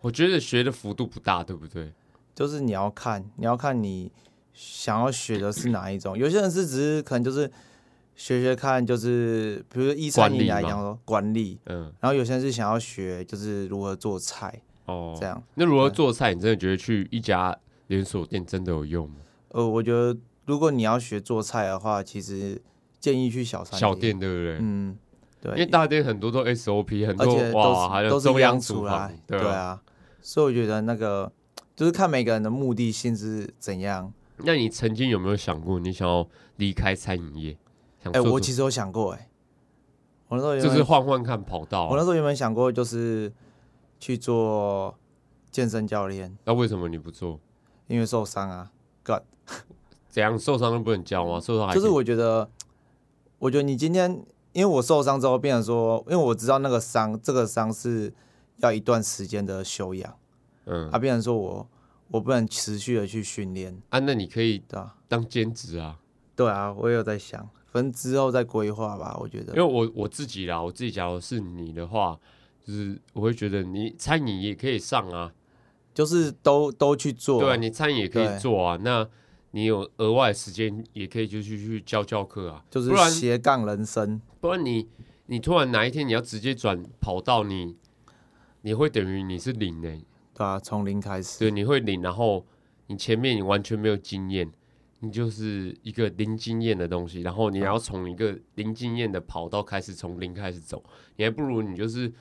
S2: 我觉得学的幅度不大，对不对？
S1: 就是你要看，你要看你想要学的是哪一种。有些人是只是可能就是学学看，就是比如说一餐
S2: 管理
S1: 饮来
S2: 吗
S1: 讲说管理，
S2: 嗯，
S1: 然后有些人是想要学就是如何做菜
S2: 哦
S1: 这，样。
S2: 那如何做菜？你真的觉得去一家连锁店真的有用吗？
S1: 呃，我觉得如果你要学做菜的话，其实建议去小餐
S2: 小，店对不对？
S1: 嗯，对，
S2: 因为大店很多都 SOP，很
S1: 而
S2: 多
S1: 且
S2: 哇，
S1: 都
S2: 还
S1: 是
S2: 有
S1: 都是
S2: 中央
S1: 厨
S2: 厨
S1: 啦
S2: 房，，
S1: 对
S2: 啊，
S1: 啊，所以我觉得那个就是看每个人的目的性是怎样。
S2: 那你曾经有没有想过，你想要离开餐饮业？想
S1: 哎、
S2: 做
S1: 我
S2: 什
S1: 其实有想过、哎，我那时候
S2: 么
S1: 原
S2: 就
S1: 本
S2: 是换换看跑道、
S1: 我那
S2: 啊。
S1: 时候原本想过就是去做健身教练，
S2: 那为什么你不做？
S1: 因为受伤啊。
S2: 怎样受伤都不能教吗？受伤还
S1: 就是
S2: 可以
S1: 我觉得，我觉得你今天因为我受伤之后，变成说，因为我知道那个伤，这个伤是要一段时间的修养，
S2: 嗯
S1: 啊，变成说我我不能持续的去训练，
S2: 啊，那你可以
S1: 对吧、
S2: 当兼职啊。
S1: 对啊，我也有在想，反正之后再规划吧，我觉
S2: 因
S1: 得
S2: 为。我我自己啦，我自己假如是你的话，就是我会觉得你餐饮也可以上啊，
S1: 就是都都去做，
S2: 对啊，你餐饮也可以
S1: 对
S2: 做啊，那你有额外的时间也可以就去去教教课啊，
S1: 就是
S2: 不然
S1: 斜杠人生。
S2: 不然你你突然哪一天你要直接转跑道你，你会等于你是零呢、
S1: 对啊，从零开始。
S2: 对，你会零，然后你前面你完全没有经验，你就是一个零经验的东西，然后你要从一个零经验的跑道开始，从零开始走，你还不如你就是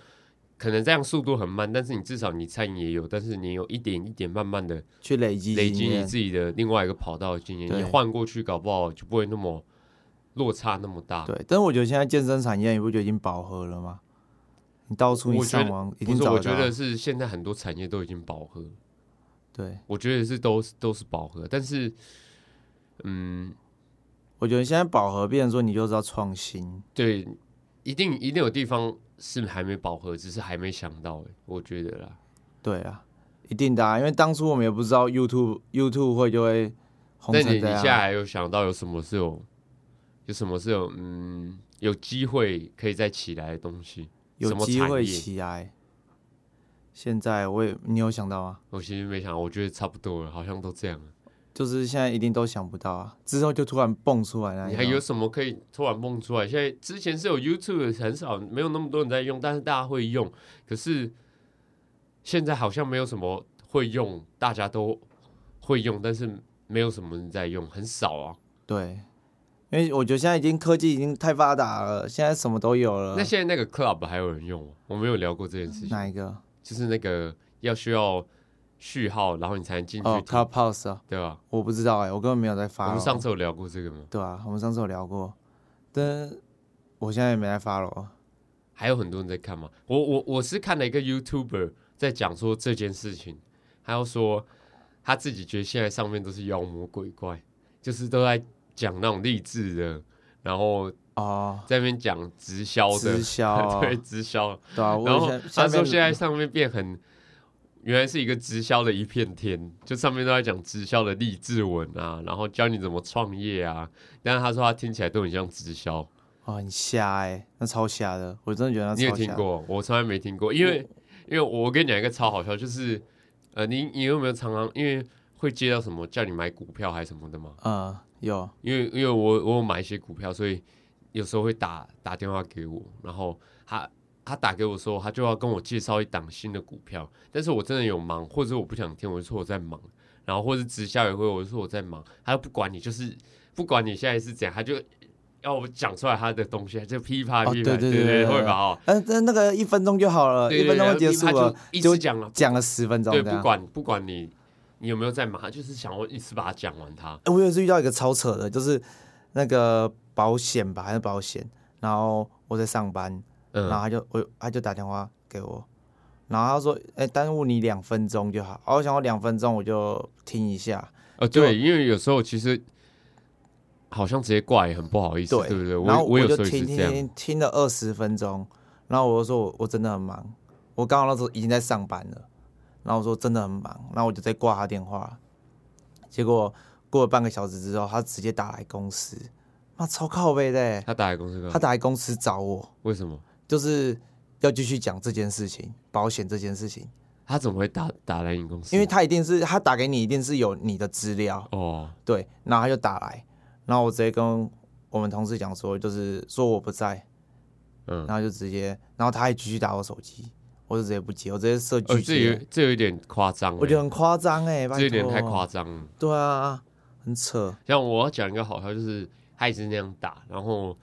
S2: 可能这样速度很慢，但是你至少你餐饮也有，但是你有一点一点慢慢的
S1: 去累积
S2: 累
S1: 经
S2: 积你
S1: 验
S2: 自己的另外一个跑道的经验，
S1: 对
S2: 你换过去搞不好就不会那么落差那么大。
S1: 对，但是我觉得现在健身产业，你不觉得已经饱和了吗？你到处你
S2: 我觉得
S1: 上网已
S2: 不
S1: 经
S2: 是，
S1: 找
S2: 我
S1: 得
S2: 觉
S1: 到啊
S2: 得是现在很多产业都已经饱和了。
S1: 对，
S2: 我觉得是都是都是饱和，但是，嗯，
S1: 我觉得现在饱和，变成说你就是要创新。
S2: 对，一定一定有地方是还没饱和，只是还没想到、欸，我觉得啦，
S1: 对啊，一定的、啊，因为当初我们也不知道 YouTube YouTube 会就会红
S2: 但你
S1: 成
S2: 你
S1: 这
S2: 现在
S1: 样。
S2: 还有想到有什么是有有什么是有嗯有机会可以再起来的东西？
S1: 有
S2: 什么
S1: 机
S2: 产
S1: 会
S2: 业
S1: 起来。现在我也，你有想到吗？
S2: 我其实没想到，我觉得差不多了，好像都这样了。
S1: 就是现在一定都想不到啊，之后就突然蹦出来那一
S2: 你还
S1: 种
S2: 有什么可以突然蹦出来？现在之前是有 YouTube 很少，没有那么多人在用，但是大家会用。可是现在好像没有什么会用，大家都会用，但是没有什么人在用，很少啊。
S1: 对，因为我觉得现在已经科技已经太发达了，现在什么都有了。
S2: 那现在那个 Club 还有人用吗？我没有聊过这件事情，
S1: 哪一个？
S2: 就是那个要需要序号，然后你才能进去
S1: 哦
S2: 听，
S1: ，Clubhouse 啊，
S2: 对吧？
S1: 我不知道哎、我根本没有在
S2: 我
S1: 发。
S2: 们上次有聊过这个吗？
S1: 对啊，我们上次有聊过，但我现在也没在发了。
S2: 还有很多人在看吗？我我我是看了一个 YouTuber 在讲说这件事情，他要说他自己觉得现在上面都是妖魔鬼怪，就是都在讲那种励志的，然后
S1: 哦，
S2: 在那边讲直销的，
S1: 直，销、啊
S2: 哦 对直销，
S1: 对啊，
S2: 然
S1: 我
S2: 后
S1: 现
S2: 他
S1: 在
S2: 说
S1: 面嗯
S2: 现在上面变很，原来是一个直销的一片天，就上面都在讲直销的励志文啊，然后教你怎么创业啊。但是他说他听起来都很像直销，
S1: 哦很瞎哎、那超瞎的，我真的觉得那超
S2: 你
S1: 瞎嗯
S2: 有听？过？我从来没听过，因为因为我跟你讲一个超好笑，就是呃，你你有没有常常因为会接到什么叫你买股票还是什么的吗？
S1: 嗯，有，
S2: 因为因为我我有买一些股票，所以有时候会打打电话给我，然后他他打给我说，他就要跟我介绍一档新的股票，但是我真的有忙，或者我不想听，我就说我在忙，然后或者直销也会，我就说我在忙，他就不管你，就是不管你现在是怎样，他就要我讲出来他的东西，他就噼啪
S1: 哦
S2: 噼
S1: 对
S2: 啪，
S1: 对
S2: 对
S1: 对对
S2: 会吧？哦，
S1: 嗯、那那个一分钟就好了，
S2: 对
S1: 一分钟就
S2: 对
S1: 结
S2: 对
S1: 束
S2: 他就
S1: 了，
S2: 一
S1: 就
S2: 直讲了，啊
S1: 讲了十分钟
S2: 对，
S1: 这
S2: 不
S1: 样。
S2: 管不管你你有没有在忙，他就是想要一次把它讲完它。
S1: 欸我有一次遇到一个超扯的，就是那个保险吧，还是保险，然后我在上班，然后他
S2: 嗯，
S1: 就我他就打电话给我，然后他说，哎、耽误你两分钟就好。哦，我想我两分钟我就听一下，
S2: 哦，
S1: 就
S2: 对，因为有时候其实好像直接挂也很不好意思，
S1: 对，
S2: 对不对？
S1: 然后
S2: 我
S1: 我
S2: 有
S1: 就
S2: 时候也
S1: 听
S2: 是
S1: 听
S2: 这样，
S1: 听听了二十分钟，然后我就说我我真的很忙，我刚好那时候已经在上班了，然后我说真的很忙，然后我就再挂他电话，结果过了半个小时之后，他直接打来公司，妈超靠背的、欸，
S2: 他打来公司干嘛
S1: 他打来公司找我。
S2: 为什么？
S1: 就是要继续讲这件事情，保险这件事情，
S2: 他怎么会打打来你公司？
S1: 因为他一定是他打给你，一定是有你的资料，
S2: 哦，
S1: 对，然后他就打来，然后我直接跟我们同事讲说，就是说我不在，
S2: 嗯
S1: 然，后就直接，然后他还继续打我手机，我就直接不接，我直接设
S2: 哦，
S1: 拒
S2: 这
S1: 接，
S2: 有这有一点夸张欸，
S1: 我觉得很夸张哎，
S2: 这有点
S1: 拜托
S2: 太夸，张了。
S1: 对啊，很扯，
S2: 像我要讲一个好笑，就是他也是那样打，然后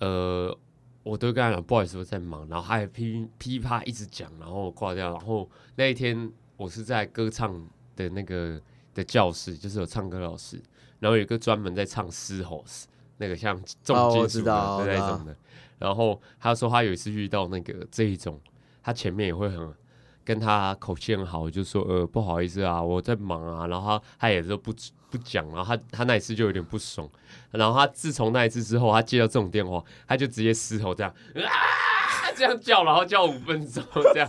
S2: 呃，我都跟他讲不好意思，我在忙，然后他还噼噼啪一直讲，然后挂掉。然后那一天我是在歌唱的那个的教室，就是有唱歌老师，然后有一个专门在唱嘶吼，那个像重
S1: 哦我
S2: 金
S1: 知
S2: 属
S1: 道
S2: 的那
S1: 我
S2: 一
S1: 知
S2: 种的。然后他说他有一次遇到那个这一种，他前面也会很跟他口气很好，就说呃不好意思啊，我在忙啊，然后他他也都不不讲，然后他他那一次就有点不爽，然后他自从那一次之后，他接到这种电话，他就直接嘶吼这样啊这样叫，然后叫五分钟这样，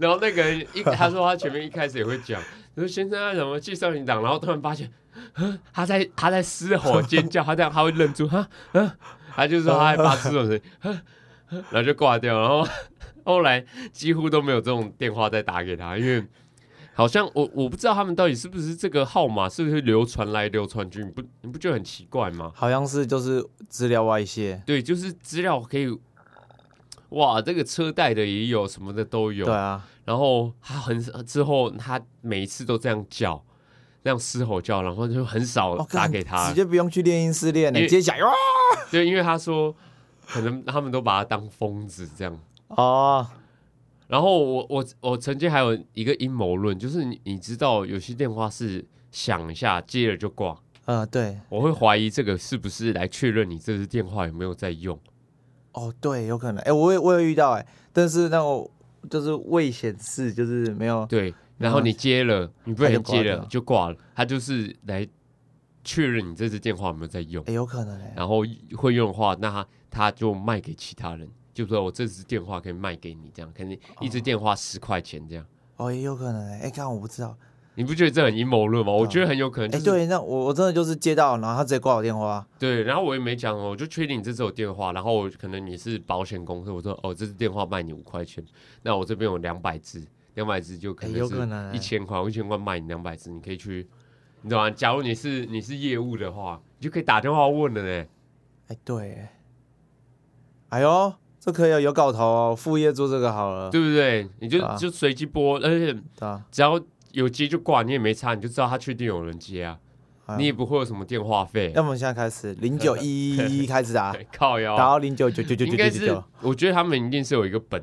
S2: 然后那个人一他说他前面一开始也会讲，他说先生啊什么去少年党，然后突然发现。呵他在他在嘶吼尖叫，他这样他会愣住，哈，嗯，他就说他害怕这种声音，呵呵然后就挂掉，然后 后来几乎都没有这种电话再打给他，因为好像我我不知道他们到底是不是这个号码是不是流传来流传去，你不你不觉得很奇怪吗？
S1: 好像是就是资料外泄，
S2: 对，就是资料可以，哇，这个车贷的也有，什么的都有
S1: 对。啊，
S2: 然后他很之后，他每一次都这样叫，这样嘶吼叫，然后就很少
S1: 哦
S2: 打
S1: 干
S2: 给他
S1: 直，接不用去练音试练了，
S2: 因
S1: 你
S2: 为
S1: 直接讲哇
S2: 对，因为他说可能他们都把他当疯子这样。
S1: 哦，
S2: 然后我我我曾经还有一个阴谋论，就是你你知道有些电话是响一下接了就挂，
S1: 呃，对，
S2: 我会怀疑这个是不是来确认你这支电话有没有在用。
S1: 哦，对，有可能，哎、我也我有遇到哎、但是那我就是未显示，就是没有，
S2: 对，然后你接了，你不小心接了
S1: 他
S2: 就挂了，他就是来确认你这支电话有没有在用
S1: 哎、。有可能哎、
S2: 然后会用的话，那他他就卖给其他人，就说我这支电话可以卖给你，这样可能一支电话十块钱这样。
S1: 哦，也有可能哎、哎、看我不知道，
S2: 你不觉得这很阴谋论吗？我觉得很有可能、
S1: 哎、
S2: 就是。
S1: 对，那我我真的就是接到，然后他直接挂我电话，
S2: 对，然后我也没讲哦，我就确定你这是有电话，然后我可能你是保险公司，我说哦，这支电话卖你五块钱，那我这边有两百支，两百支就可
S1: 哎有可
S2: 能
S1: 能
S2: 是一千块，我一千块卖你两百支，你可以去，你懂吗？假如你是你是业务的话，你就可以打电话问了呢。
S1: 哎、对、哎哎呦，这可以哦有搞头哦，副业做这个好了，对
S2: 对不对？你就、
S1: 对啊
S2: 就随机拨，而且
S1: 啊，
S2: 只要有接就挂，你也没差，你就知道他确定有人接啊，
S1: 哎呦
S2: 你也不会有什么电话费
S1: 那。我们现在开始，零九一一一开始打，
S2: 靠
S1: 打
S2: 腰，啊
S1: 到零九九九九
S2: 应
S1: 九
S2: 该
S1: 九
S2: 是
S1: 九，，
S2: 我觉得他们一定是有一个本，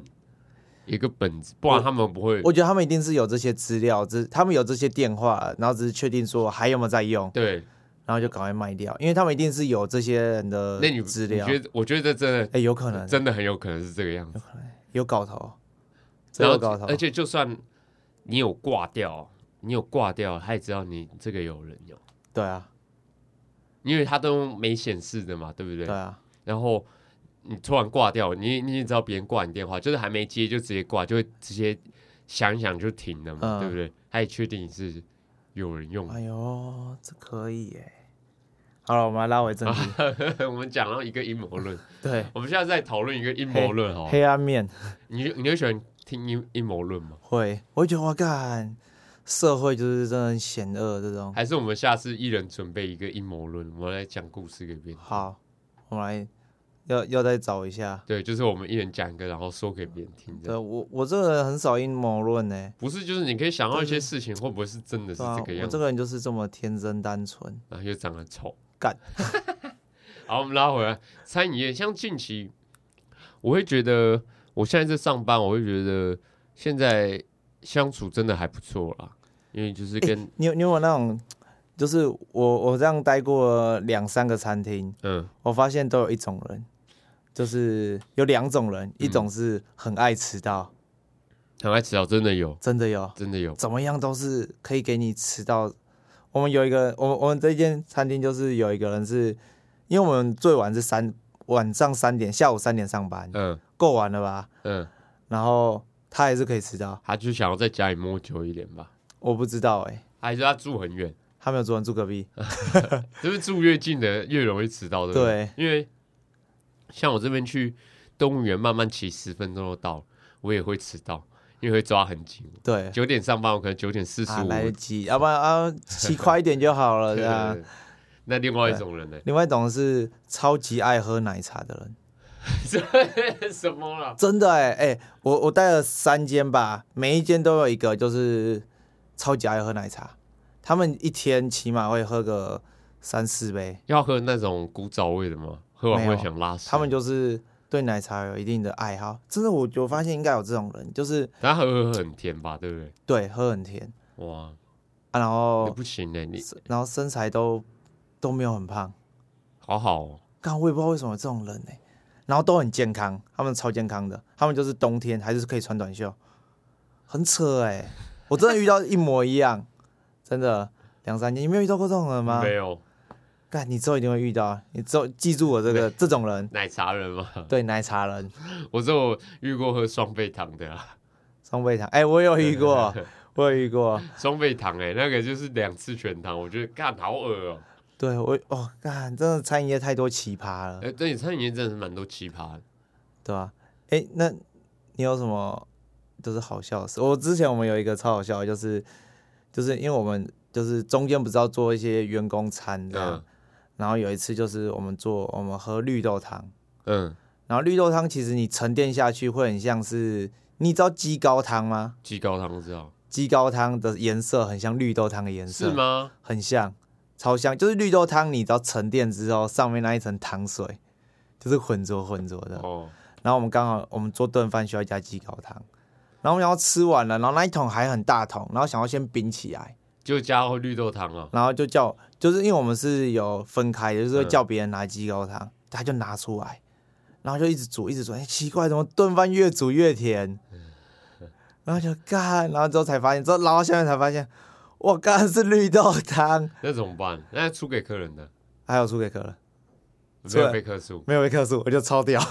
S2: 一个本子，不然他们不会。
S1: 我觉得他们一定是有这些资料，只他们有这些电话，然后只是确定说还有没有在用，
S2: 对，
S1: 然后就赶快卖掉，因为他们一定是有这些人的
S2: 那你
S1: 资
S2: 你
S1: 料，
S2: 觉得？我觉得真
S1: 哎，有 可
S2: 的
S1: 能
S2: 真的很有可能是这个 样子。
S1: 有搞头，真有
S2: 然后
S1: 搞头，
S2: 而且就算你有挂掉，你有挂掉，他也知道你这个有人有，
S1: 对啊，
S2: 因为他都没显示的嘛，对不对
S1: 对？啊，
S2: 然后你突然挂掉，你你也知道别人挂你电话，就是还没接就直接挂，就会直接想一想就停了嘛，
S1: 嗯
S2: 对不对？他也确定你是有人用的。
S1: 哎呦，这可以耶。好了，我们来拉回正题，
S2: 我们讲到一个阴谋论，
S1: 对，
S2: 我们现在再讨论一个阴谋论哦。
S1: 黑暗面
S2: 你你会喜欢听阴阴谋论吗？
S1: 会，我会觉得我干，社会就是真的很险恶这种。
S2: 还是我们下次一人准备一个阴谋论，我们来讲故事给别人。，
S1: 好，我们来要要再找一下。
S2: 对，就是我们一人讲一个，然后说给别人听这
S1: 对啊
S2: 样。
S1: 我我这个人很少阴谋论呢，
S2: 不是，就是你可以想到一些事情会不会是真的是
S1: 对啊，
S2: 这个
S1: 我
S2: 样
S1: 这
S2: 子，
S1: 个人就是这么天真单纯。
S2: 然后又长得丑，
S1: 干。
S2: 好，我们拉回来餐饮业，像近期，我会觉得我现在在上班，我会觉得现在相处真的还不错啦，因为就是跟、
S1: 你有你有没有那种，就是我我这样待过两三个餐厅，
S2: 嗯
S1: 我发现都有一种人，就是有两种人，
S2: 嗯
S1: 一种是很爱迟到，
S2: 很爱迟到，真的有，
S1: 真的有，
S2: 真的有，
S1: 怎么样都是可以给你迟到。我们有一个，我们我们这间餐厅就是有一个人是，因为我们最晚是三晚上三点，下午三点上班，
S2: 嗯
S1: 够晚了吧？
S2: 嗯，
S1: 然后他还是可以迟到，
S2: 他就想要在家里摸久一点吧，
S1: 我不知道哎、
S2: 还是他住很远，
S1: 他没有昨晚住隔壁，
S2: 就是住越近的越容易迟到，对不对？因为像我这边去动物园慢慢骑十分钟就到了，我也会迟到，因为会抓很紧。
S1: 对，
S2: 九点上班，我可能九点四十
S1: 啊
S2: 五。
S1: 来得及，要不然啊骑快一点就好了，
S2: 对
S1: 对啊。
S2: 那另外一种人呢？
S1: 另外一种是超级爱喝奶茶的人，
S2: 什么啦？
S1: 真的哎、哎、我我带了三间吧，每一间都有一个就是超级爱喝奶茶，他们一天起码会喝个三四杯，
S2: 要喝那种古早味的吗？喝完会想拉屎。
S1: 他们就是对奶茶有一定的爱好。真的，我我发现应该有这种人，就是
S2: 但他喝喝很甜吧，对不对？
S1: 对喝很甜，
S2: 哇，
S1: 啊，然
S2: 你
S1: 后
S2: 不行呢、你
S1: 然后身材都都没有很胖，
S2: 好好、哦，
S1: 但我也不知道为什么这种人呢、欸然后都很健康，他们超健康的，他们就是冬天还是可以穿短袖，很扯哎、我真的遇到一模一样，真的两三年，你没有遇到过这种人吗？
S2: 没有
S1: 干，你之后一定会遇到，你之后记住我这个这种人，
S2: 奶茶人吗？
S1: 对奶茶人、
S2: 我只有遇过喝双倍糖的啊，
S1: 双倍糖，哎、我有遇过，我有遇过，
S2: 双倍糖哎、那个就是两次全糖，我觉得干好恶哦、
S1: 对我哦，干，真的餐饮业太多奇葩了
S2: 哎、，对你餐饮业真的是蛮多奇葩的。
S1: 对吧、哎、那你有什么都是好笑的事？我之前我们有一个超好笑的，就是就是因为我们就是中间不是要做一些员工餐这样，
S2: 嗯
S1: 然后有一次就是我们做我们喝绿豆汤，
S2: 嗯，
S1: 然后绿豆汤其实你沉淀下去会很像是，你知道鸡高汤吗？
S2: 鸡高汤知道
S1: 鸡高汤的颜色很像绿豆汤的颜色，
S2: 是？吗？
S1: 很像，超像。就是绿豆汤，你只要沉淀之后，上面那一层糖水就是啊浑浊浑浊的。
S2: 哦，
S1: 然后我们刚好我们做炖饭需要加鸡高汤，然后我们想要吃完了，然后那一桶还很大桶，然后想要先冰起来，
S2: 就加绿豆汤啊。
S1: 然后就叫，就是因为我们是有分开的，
S2: 嗯
S1: 就是会叫别人拿鸡高汤，他就拿出来，然后就一直煮，一直煮，哎、奇怪，怎么炖饭越煮越甜？然后就干，然后之后才发现，之后捞到下面才发现，我干是绿豆汤，
S2: 那怎么办？那出给客人的
S1: 还有输给可乐，
S2: 没有被客诉。
S1: 没有被克数，我就超屌。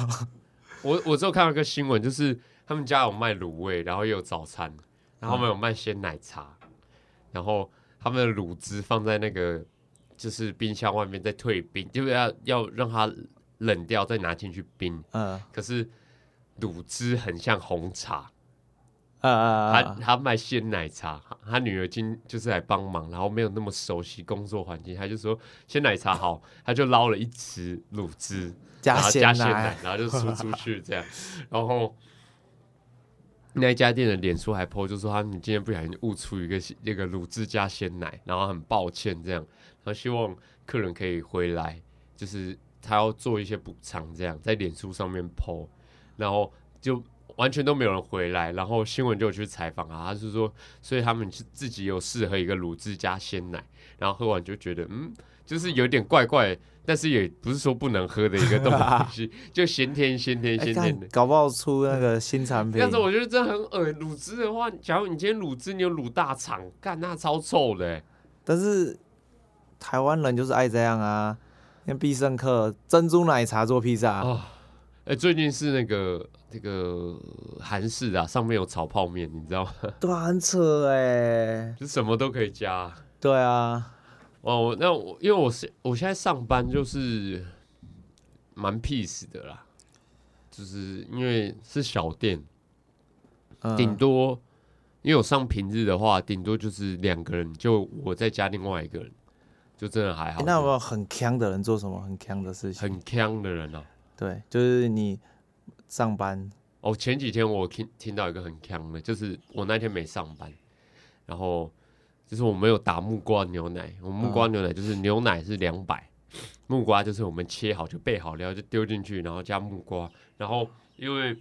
S2: 我我之后看到一个新闻，就是他们家有卖卤味，然后也有早餐，然后他们有卖鲜奶茶，然后他们的卤汁放在那个就是冰箱外面再退冰，就是要要让它冷掉再拿进去冰。
S1: 嗯
S2: 可是卤汁很像红茶，
S1: 呃
S2: 他
S1: 呃，
S2: 他卖鲜奶茶，他女儿今就是来帮忙，然后没有那么熟悉工作环境，他就说鲜奶茶好，他就捞了一池卤汁，然
S1: 加
S2: 后
S1: 鲜
S2: 加鲜奶
S1: 奶，，
S2: 然后就出出去这样， 然后。那一家店的脸书还 PO 就说他们今天不小心误出一个那个卤汁加鲜奶，然后很抱歉这样，然后希望客人可以回来，就是他要做一些补偿这样，在脸书上面 PO，然后就完全都没有人回来，然后新闻就有去采访啊，他是说，所以他们是自己有试喝一个卤汁加鲜奶，然后喝完就觉得嗯，就是有点怪怪，但是也不是说不能喝的一个东 西，就咸甜咸甜
S1: 哎
S2: 咸
S1: 干
S2: 甜的。
S1: 搞不好出那个新产
S2: 这
S1: 品
S2: 样，子我觉得真的很恶心卤汁的话，假如你今天卤汁你有卤大肠，干那超臭的、欸。
S1: 但是台湾人就是爱这样啊，像必胜客珍珠奶茶做披萨，
S2: 哦哎、最近是那个这个韩式啊，上面有炒泡面，你知道吗？
S1: 对啊，很扯哎、
S2: 就什么都可以加。
S1: 对啊，
S2: 哦，那我因为我是我现在上班就是蛮 peace 的啦，就是因为是小店，
S1: 嗯
S2: 顶多因为我上平日的话，顶多就是两个人，就我再加另外一个人，就真的还好
S1: 欸。那有没有很强的人做什么很强的事情？
S2: 很强的人啊！
S1: 对，就是你上班，
S2: 哦，前几天我听听到一个很强的，就是我那天没上班，然后就是我没有打木瓜牛奶，我木瓜牛奶就是牛奶是两百，木瓜就是我们切好就备好了，然后就丢进去，然后加木瓜，然后因为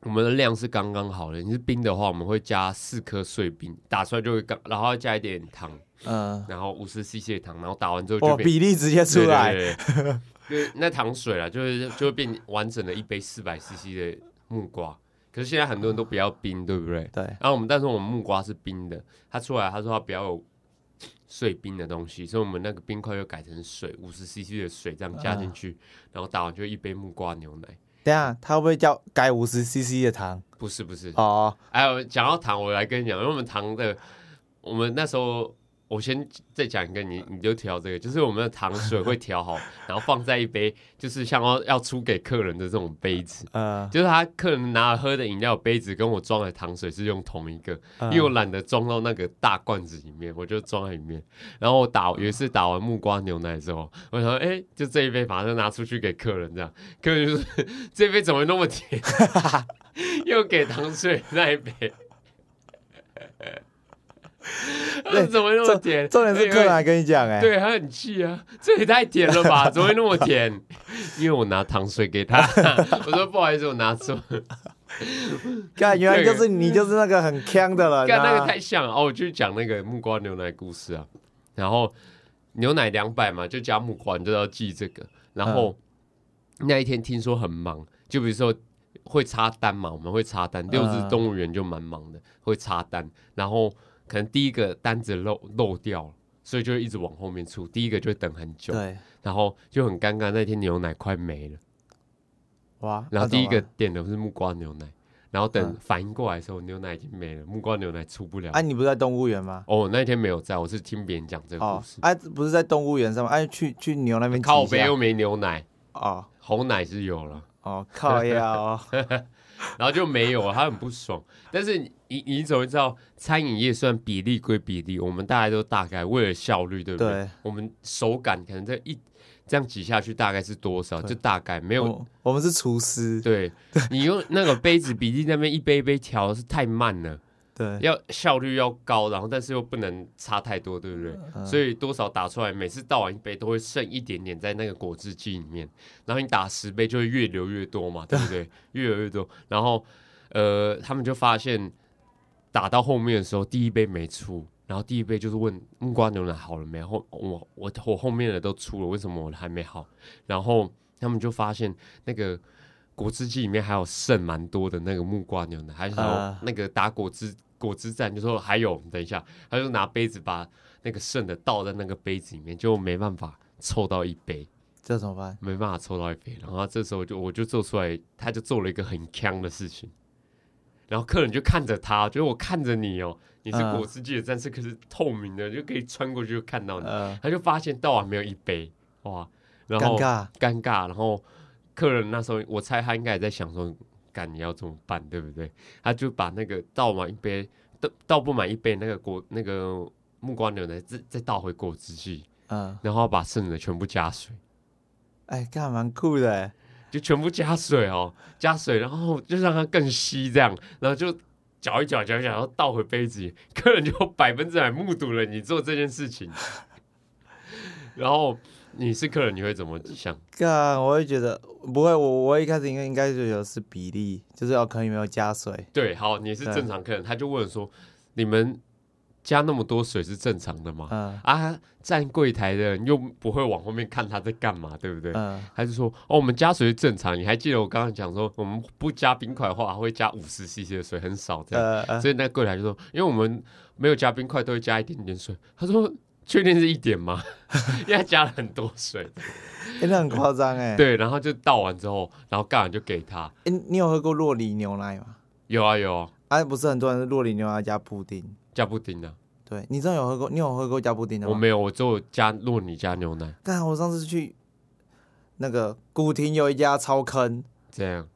S2: 我们的量是刚刚好的，你是冰的话，我们会加四颗碎冰，打出来就会刚，然后加一点糖，
S1: 嗯、
S2: 然后五十 CC 的糖，然后打完之后
S1: 哇，
S2: 就变
S1: 比例直接出来，
S2: 对对对 就是那糖水啦，就是就会变完整的一杯四百 CC 的木瓜。可是现在很多人都不要冰，对不对？
S1: 对
S2: 然后我们但是我们木瓜是冰的，它出来他说他不要有碎冰的东西，所以我们那个冰块又改成水，五十 CC 的水这样加进去，
S1: 啊
S2: 然后打完就一杯木瓜牛奶。
S1: 等一下他会不会叫改五十 CC 的糖？
S2: 不是不是，
S1: 哦，
S2: 哎，我讲到糖，我来跟你讲，因为我们糖的，我们那时候我先再讲一个，你你就调这个，就是我们的糖水会调好，然后放在一杯，就是像要要出给客人的这种杯子，
S1: 呃，
S2: 就是他客人拿了喝的饮料杯子跟我装的糖水是用同一个，
S1: 嗯
S2: 因为我懒得装到那个大罐子里面，我就装在里面。然后我打有一次打完木瓜牛奶之后，我想说，哎、就这一杯马上拿出去给客人，这样客人就说这杯怎么那么甜， 又给糖水那 一杯。 那啊怎么那么甜？
S1: 重点是客人还跟你讲、哎，
S2: 对他很气啊，这也太甜 了吧？怎么会那么甜？因为我拿糖水给他，我说不好意思，我拿错。
S1: 看，原来就是你就是那个很坑的人、啊。
S2: 干那个太像了哦，我就讲那个木瓜牛奶故事啊，然后牛奶两百嘛，就加木瓜，你就要记这个。然
S1: 嗯
S2: 后、那一天听说很忙，就比如说会插单嘛，我们会插单，六只
S1: 嗯
S2: 动物园就蛮忙的，会插单。然后可能第一个单子漏漏掉了，所以就一直往后面出，第一个就会等很久，
S1: 对，
S2: 然后就很尴尬。那天牛奶快没了，
S1: 哇，
S2: 然
S1: 那
S2: 后第一个
S1: 怎么
S2: 点的是木瓜牛奶，然后等
S1: 嗯
S2: 反应过来的时候，牛奶已经没了，木瓜牛奶出不了
S1: 办，。哎、你不是在动物园吗？
S2: 哦，那天没有在，我是听别人讲这个故
S1: 哦
S2: 事，。
S1: 哎、不是在动物园上吗？哎、去去牛那边挤一
S2: 靠
S1: 下
S2: 北又没牛奶，
S1: 哦
S2: 红奶是有了，
S1: 哦，靠呀 哦，
S2: 然后就没有了，他很不爽。但是你你你总会知道，餐饮业虽然比例归比例，我们大家都大概为了效率，对不对？
S1: 对
S2: 我们手感可能在一这样挤下去大概是多少，
S1: 对
S2: 就大概没有。
S1: 我我们是厨师，
S2: 对你用那个杯子比例那边一杯一杯调是太慢了，
S1: 对
S2: 要效率要高，然后但是又不能差太多，对不对？所以多少打出来，每次倒完一杯都会剩一点点在那个果汁机里面，然后你打十杯就会越流越多嘛，对不对？越流越多，然后呃，他们就发现打到后面的时候，第一杯没出，然后第一杯就是问木瓜牛奶好了没，后我我我后面的都出了，为什么我的还没好？然后他们就发现那个。果汁机里面还有剩蛮多的那个木瓜牛奶，还有
S1: 啊
S2: 那个打果汁果汁站就说还有，等一下，他就拿杯子把那个剩的倒在那个杯子里面，就没办法凑到一杯，
S1: 这怎么办？
S2: 没办法凑到一杯。然后他这时候就我就做出来，他就做了一个很呛的事情，然后客人就看着他，就是我看着你哦，你是
S1: 嗯
S2: 果汁机的战士，可是透明的，就可以穿过去就看到你。
S1: 呃，
S2: 他就发现倒完没有一杯，哇，然后
S1: 尴尬，
S2: 尴尬，然后客人那时候我猜他应该也在想说，干你要怎么办，对不对？他就把那个倒满一杯，倒倒不满一杯那个果那个木瓜牛奶，再再倒回果汁机，
S1: 嗯，
S2: 然后把剩的全部加水，
S1: 哎、干蛮酷的欸，
S2: 就全部加水哦，加水，然后就让它更稀这样，然后就。搅一搅，搅一搅，然后倒回杯子里，客人就百分之百目睹了你做这件事情。 然后你是客人，你会怎么想？
S1: 干，我会觉得不会，我我一开始应该应该就觉得是比例，就是哦，可能有没有加水，
S2: 对，好，你是
S1: 对
S2: 正常客人，他就问说，你们加那么多水是正常的吗？
S1: 嗯
S2: 啊，站柜台的人又不会往后面看他在干嘛，对不对？
S1: 嗯，
S2: 他就说，哦，我们加水是正常。你还记得我刚刚讲说，我们不加冰块的话，会加五十 CC 的水，很少这样。
S1: 呃呃，
S2: 所以那柜台就说，因为我们没有加冰块，都会加一点点水。他说，确定是一点吗？ 因为他加了很多 水。
S1: 哎、那很夸张哎，
S2: 对，然后就倒完之后，然后干完就给他。
S1: 哎、你有喝过洛梨牛奶吗？
S2: 有啊有啊，
S1: 啊，不是很多人是洛梨牛奶加布丁，
S2: 加布丁啊。
S1: 对你真的有喝过？你有啊喝过加布丁的吗？
S2: 我没有，我只有加洛尼加牛奶，
S1: 干，我上次去那个古亭有一家超坑，
S2: 这样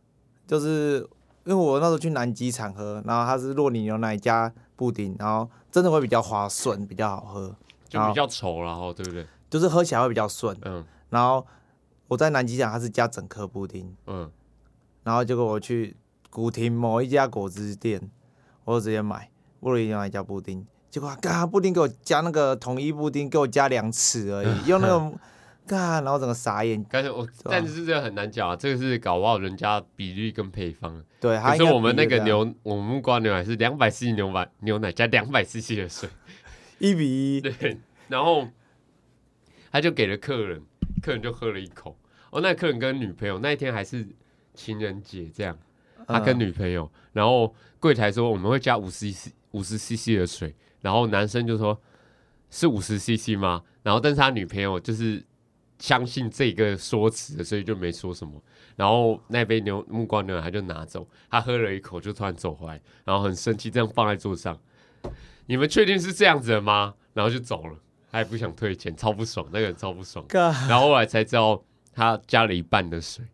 S1: 就是因为我那时候去南机场喝，然后它是洛里牛奶加布丁，然后真的会比较滑顺，比较好喝，
S2: 就比较稠了哈，对不对？
S1: 就是喝起来会比较顺。
S2: 嗯
S1: 然后我在南机场它是加整颗布丁，
S2: 嗯，
S1: 然后结果我去古亭某一家果汁店，我就直接买洛里牛奶加布丁，结果啊干它布丁给我加那个统一布丁给我加两匙而已，用那 个干，然后整个傻眼。
S2: 但是我
S1: 啊
S2: 但是这个很难讲啊，这个是搞不好人家比例跟配方。
S1: 对，它
S2: 可是
S1: 应该
S2: 我们
S1: 比啊
S2: 那
S1: 这
S2: 个
S1: 样
S2: 牛，我们木瓜牛奶是两百 cc 牛奶牛奶加两百 cc 的水，
S1: 一比一，
S2: 对，然后他就给了客人，客人就喝了一口。哦，那客人跟女朋友那一天还是情人节这样，
S1: 啊
S2: 他跟
S1: 嗯
S2: 女朋友，然后柜台说我们会加五十 cc 五十 cc 的水，然后男生就说是五十 cc 吗？然后但是他女朋友就是相信这个说辞的，所以就没说什么。然后那杯牛木瓜牛奶他就拿走，他喝了一口就突然走回来，然后很生气，这样放在桌上。你们确定是这样子的吗？然后就走了，他也不想退钱，超不爽，那个人超不爽。
S1: 干。
S2: 然后后来才知道他加了一半的水，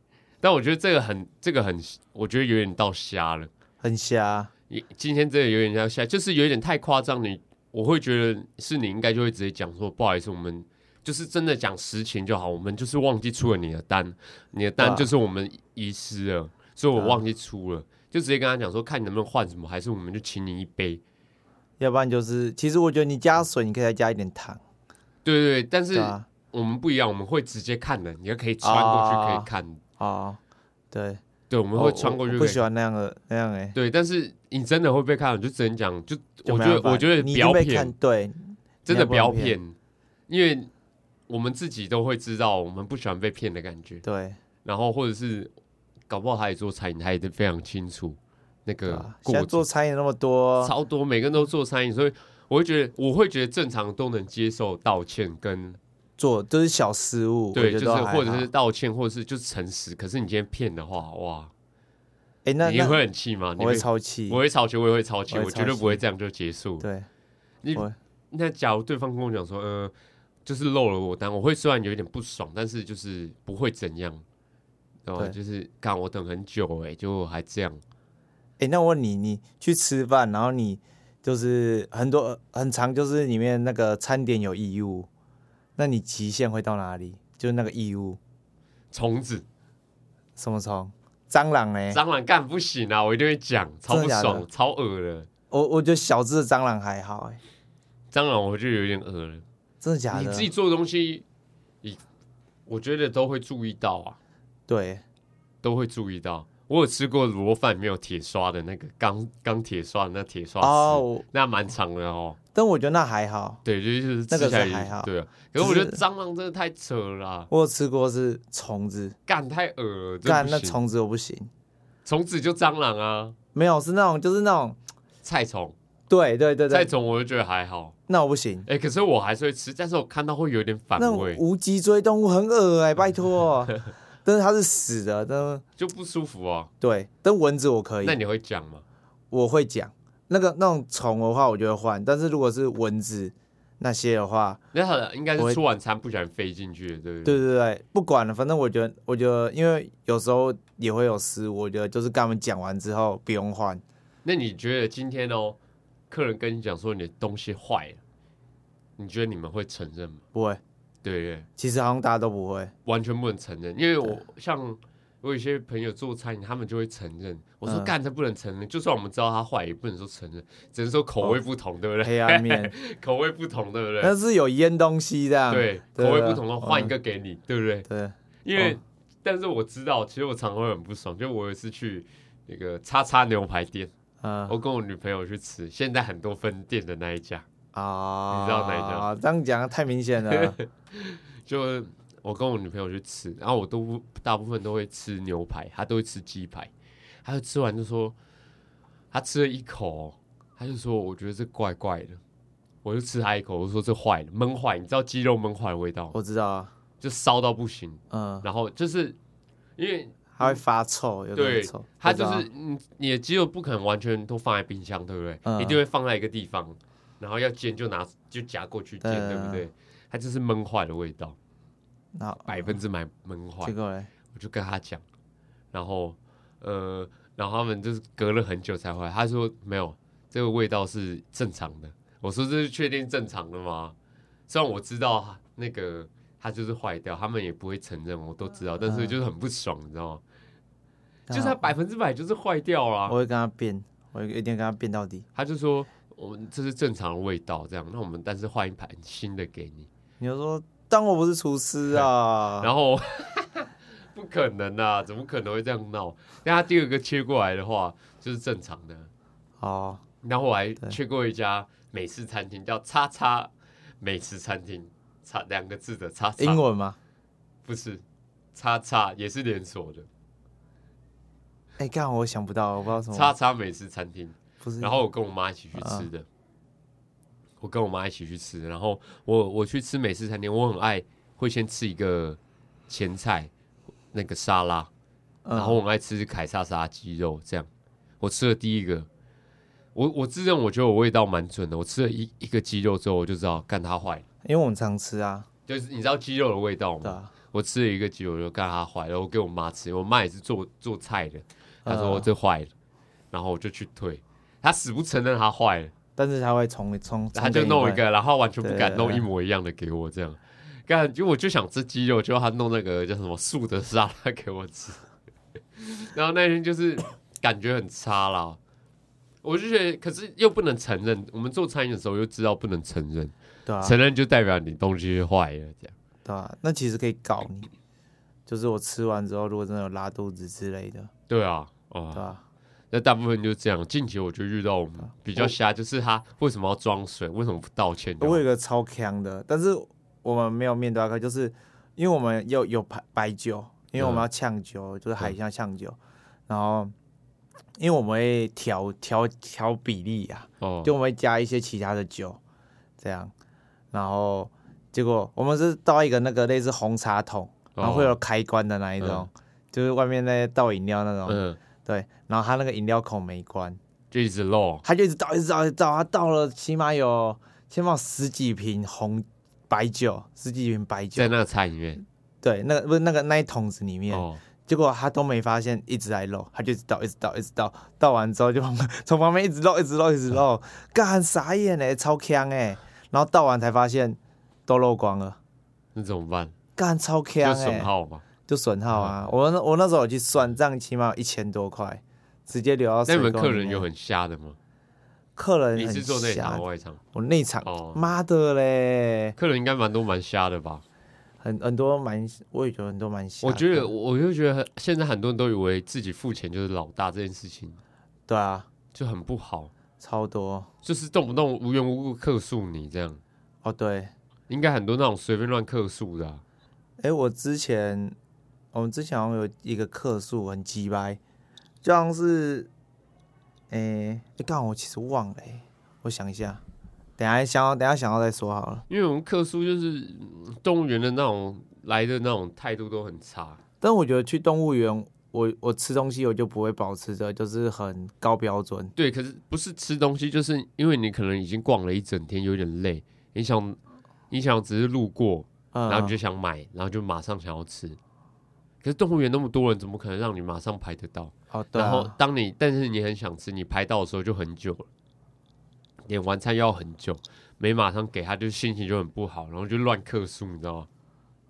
S2: 但我觉得这个很，这个很，我觉得有点到瞎了。
S1: 很瞎，
S2: 也今天这个有点到瞎，就是有点太夸张。你我会觉得是你应该就会直接讲说，不好意思，我们就是真的讲实情就好，我们就是忘记出了你的单，你的单
S1: 对啊
S2: 就是我们遗失了，所以我忘记出了，就直接跟他讲说，看你能不能换什么，还是我们就请你一杯。
S1: 要不然就是，其实我觉得你加水，你可以再加一点糖，
S2: 对对对，但是
S1: 对啊，
S2: 我们不一样，我们会直接看的，你就可以穿过去
S1: 啊
S2: 可以看。
S1: 哦，对，
S2: 对，我们
S1: 我
S2: 会穿过去
S1: 我
S2: 就
S1: 不
S2: 可以
S1: 喜欢那样的那样哎、
S2: 对，但是你真的会被看，你就只能讲，就
S1: 就
S2: 我
S1: 没
S2: 觉
S1: 办
S2: 得
S1: 法
S2: 我觉得
S1: 你
S2: 不要
S1: 就被看
S2: 骗，
S1: 对，
S2: 真的
S1: 你
S2: 不
S1: 也
S2: 要
S1: 不能骗
S2: 骗，因为我们自己都会知道我们不喜欢被骗的感觉，
S1: 对，
S2: 然后或者是搞不好他也做餐饮，他也非常清楚那
S1: 对啊
S2: 个
S1: 吧现在
S2: 过
S1: 做
S2: 程，
S1: 餐饮那么多，
S2: 超多每个人都做餐饮，所以我会觉得我会觉得正常都能接受道歉跟
S1: 做都是小失误，
S2: 对，
S1: 我
S2: 就
S1: 觉得
S2: 是
S1: 都还
S2: 或者是
S1: 好
S2: 道歉，或者是就是诚实。可是你今天骗的话，哇，
S1: 哎、那
S2: 你也
S1: 那
S2: 会很气吗？你
S1: 我会超气
S2: 我，会超气，我也会超气，
S1: 我会
S2: 我绝对
S1: 超气
S2: 不会这样就结束。
S1: 对，
S2: 那假如对方跟我讲说，呃，就是漏了我单，我会虽然有一点不爽，但是就是不会怎样，然后
S1: 对
S2: 就是干我等很久哎、就还这样，
S1: 哎、那我问你，你去吃饭，然后你就是很多很长，就是里面那个餐点有异物，那你极限会到哪里？就是那个异物，
S2: 虫子、
S1: 什么虫？蟑螂嘞？
S2: 蟑螂干不行啊，我一定会讲，超
S1: 哎
S2: 不
S1: 真的假的
S2: 爽，超恶的，
S1: 我我觉得小只的蟑螂还好、哎，
S2: 蟑螂我就有点恶了。
S1: 真的假
S2: 你
S1: 的？
S2: 自己做的东西，你我觉得都会注意到啊，
S1: 对，
S2: 都会注意到。我有吃过螺饭没有铁刷的那个钢钢铁刷的那铁刷丝，
S1: 哦，我
S2: 那蛮长的哦。
S1: 但我觉得那还好。
S2: 对，就是
S1: 那
S2: 吃
S1: 个
S2: 起来
S1: 是还
S2: 也
S1: 好
S2: 对啊。可是我觉得
S1: 只
S2: 蟑螂真的太扯了啦，
S1: 我有吃过是虫子，
S2: 干太恶了，真的
S1: 干
S2: 不
S1: 那
S2: 行
S1: 虫子我不行，
S2: 虫子就蟑螂啊，
S1: 没有是那种就是那种，
S2: 菜虫，
S1: 对对对
S2: 菜
S1: 对，
S2: 虫我就觉得还好。
S1: 那我不行，
S2: 哎，可是我还是会吃，但是我看到会有点反
S1: 那种
S2: 胃，
S1: 无脊椎动物很恶哎、拜 托，但是它是死的，但是
S2: 就不舒服啊。
S1: 对，但蚊子我可以
S2: 那，你会讲吗？
S1: 我会讲那个那种虫的话，我就会换，但是如果是蚊子那些的话，
S2: 那好应该
S1: 我
S2: 是
S1: 会
S2: 吃晚餐不小心飞进去的，对
S1: 对
S2: 不对？
S1: 对对，不管了，反正我觉得我觉得，因为有时候也会有失误，我觉得就是跟他们讲完之后不用换，
S2: 那你觉得今天哦，客人跟你讲说你的东西坏了，你觉得你们会承认吗？
S1: 不会，
S2: 对不对？
S1: 其实好像大家都不会，
S2: 完全不能承认，因为我像我有些朋友做餐饮，他们就会承认。我说
S1: 嗯
S2: 干，这不能承认，就算我们知道它坏，也不能说承认，只能说口味不同，对不 对？
S1: 黑暗面，
S2: 口味不同，对不对？
S1: 但是有腌东西这样，
S2: 对，
S1: 对
S2: 口味
S1: 对
S2: 不同的
S1: 嗯
S2: 换一个给你，对不对？
S1: 对，
S2: 因为
S1: 哦
S2: 但是我知道，其实我常常会很不爽，就我有一次去。那个叉叉牛排店，
S1: 嗯
S2: 我跟我女朋友去吃，现在很多分店的那一家，
S1: 啊，
S2: 你知道哪一家？
S1: 这样讲太明显 了，
S2: 就我跟我女朋友去吃，然后我都不大部分都会吃牛排，她都会吃鸡排，她就吃完就说，她吃了一口，她就说我觉得这怪怪的，我就吃她一口，我就说这坏了，闷坏，你知道鸡肉闷坏的味道吗，
S1: 我知道啊，
S2: 就烧到不行，
S1: 嗯，
S2: 然后就是因为
S1: 它会发臭，有点
S2: 对
S1: 臭，
S2: 它
S1: 我知
S2: 就
S1: 道啊
S2: 是你你的鸡肉不可能完全都放在冰箱，对不对？
S1: 嗯
S2: 一定会放在一个地方，然后要煎就拿就夹过去煎，
S1: 对
S2: 对不对？它就是闷坏的味道，
S1: 那
S2: 百分之百闷坏
S1: 结。果嘞，
S2: 我就跟他讲，然后呃，然后他们就是隔了很久才回来。他说没有，这个味道是正常的。我说这是确定正常的吗？虽然我知道那个它就是坏掉，他们也不会承认，我都知道，但是就是很不爽，你知道吗？就是它
S1: 那
S2: 百分之百就是坏掉啦。
S1: 我会跟他辩，我一定跟他辩到底。
S2: 他就说我们这是正常的味道，这样，那我们但是换一盘新的给你。
S1: 你就说，当我不是厨师啊，
S2: 然后 不可能啊，怎么可能会这样闹？但他第二个切过来的话，就是正常的。
S1: 哦，
S2: 然后我还去过一家美式餐厅，叫“叉叉美食餐厅”，叉两个字的叉叉，
S1: 英文吗？
S2: 不是叉叉，也是连锁的
S1: 哎，刚好我想不到，我不知道什
S2: 叉
S1: 么，
S2: 叉美食餐厅。
S1: 不哦是，啊
S2: 然后我跟我妈一起去吃的，我跟我妈一起去吃。然后我我去吃美式餐厅，我很爱会先吃一个前菜，那个沙拉，
S1: 嗯
S2: 然后我很爱吃凯撒沙鸡肉，这样我吃了第一个，我我自认我觉得我味道蛮准的，我吃了一一个鸡肉之后，我就知道干它坏了，
S1: 因为我们常吃啊，
S2: 就是你知道鸡肉的味道
S1: 对
S2: 吗？
S1: 啊，
S2: 我吃了一个鸡肉我就干它坏了，我给我妈吃，我妈也是做做菜的，她说
S1: 嗯
S2: 这坏了，然后我就去退，她死不承认它坏了，
S1: 但是他会重重，
S2: 她
S1: 重
S2: 就
S1: 给你
S2: 弄
S1: 换
S2: 一，个，然后完全不
S1: 对
S2: 敢弄
S1: 对
S2: 一模一样的给我这样。干，就我就想吃鸡肉，结果她弄那个叫什么素的沙拉给我吃， 然后那天就是感觉很差啦，我就觉得，可是又不能承认。我们做餐饮的时候又知道不能承认，
S1: 对啊，
S2: 承认就代表你东西坏了，这样
S1: 对啊，那其实可以告你，就是我吃完之后，如果真的有拉肚子之类的，
S2: 对啊，
S1: 对
S2: 哦，
S1: 吧？
S2: 那大部分就这样。近期我就遇到我们比较瞎，就是他为什么要装水，为什么不道歉？
S1: 啊我有一个超强的，但是我们没有面对他，就是因为我们有有白白酒，因为我们要呛酒，就是海象呛酒，然后因为我们会调调调比例啊，
S2: 哦，
S1: 就我们会加一些其他的酒，这样，然后结果我们是倒一个那个类似红茶桶，然后会有开关的那一种，
S2: 哦嗯
S1: 就是外面那些倒饮料那种，
S2: 嗯，
S1: 对，然后它那个饮料孔没关，
S2: 就一直漏，
S1: 他就一直倒，一直倒，一直倒，他倒了起码有起码有十几瓶红白酒，十几瓶白酒
S2: 在，那个菜里面。
S1: 对，那个不是那个那一桶子里面，
S2: 哦，
S1: 结果他都没发现，一直在漏，他就一直倒，一直倒，一直倒，倒完之后就 从旁边一直漏，一直漏，一直
S2: 哦
S1: 漏，干傻眼哎、超呛哎、然后倒完才发现都漏光了，
S2: 那怎么办？
S1: 干超呛
S2: 就
S1: 哎、
S2: 损耗哦嘛。
S1: 就损耗啊！我那我那时候有去算，这样起码有一千多块，直接流到
S2: 那
S1: 水
S2: 你们
S1: 沟
S2: 客
S1: 里
S2: 人
S1: 面
S2: 有很瞎的吗？
S1: 客人
S2: 你
S1: 很
S2: 是做内
S1: 瞎嗯
S2: 场外场？
S1: 我内场
S2: 哦，
S1: 妈的嘞，
S2: 客人应该蛮多蛮瞎的吧？
S1: 很很多蛮，我也觉得很多蛮瞎的。
S2: 我觉得，我我就觉得现在很多人都以为自己付钱就是老大，这件事情
S1: 对啊，
S2: 就很不好，
S1: 超多
S2: 就是动不动无缘无故客诉你这样，
S1: 哦。对，
S2: 应该很多那种随便乱客诉的啊、
S1: 哎、我之前我们之前好像有一个客诉很鸡掰，就好像是，哎、欸，刚、好我其实忘了、欸，我想一下，等一下想到等一下想到再说好了。
S2: 因为我们客诉就是嗯动物园的那种来的那种态度都很差，
S1: 但我觉得去动物园，我我吃东西我就不会保持着就是很高标准，
S2: 对，可是不是吃东西，就是因为你可能已经逛了一整天，有点累，你想你想只是路过，
S1: 嗯，
S2: 然后你就想买，然后就马上想要吃。可是动物园那么多人，怎么可能让你马上排得到？
S1: 哦，对、啊，
S2: 然后当你但是你很想吃，你排到的时候就很久了，点完餐要很久，没马上给他，就心情就很不好，然后就乱客诉，你知道吗？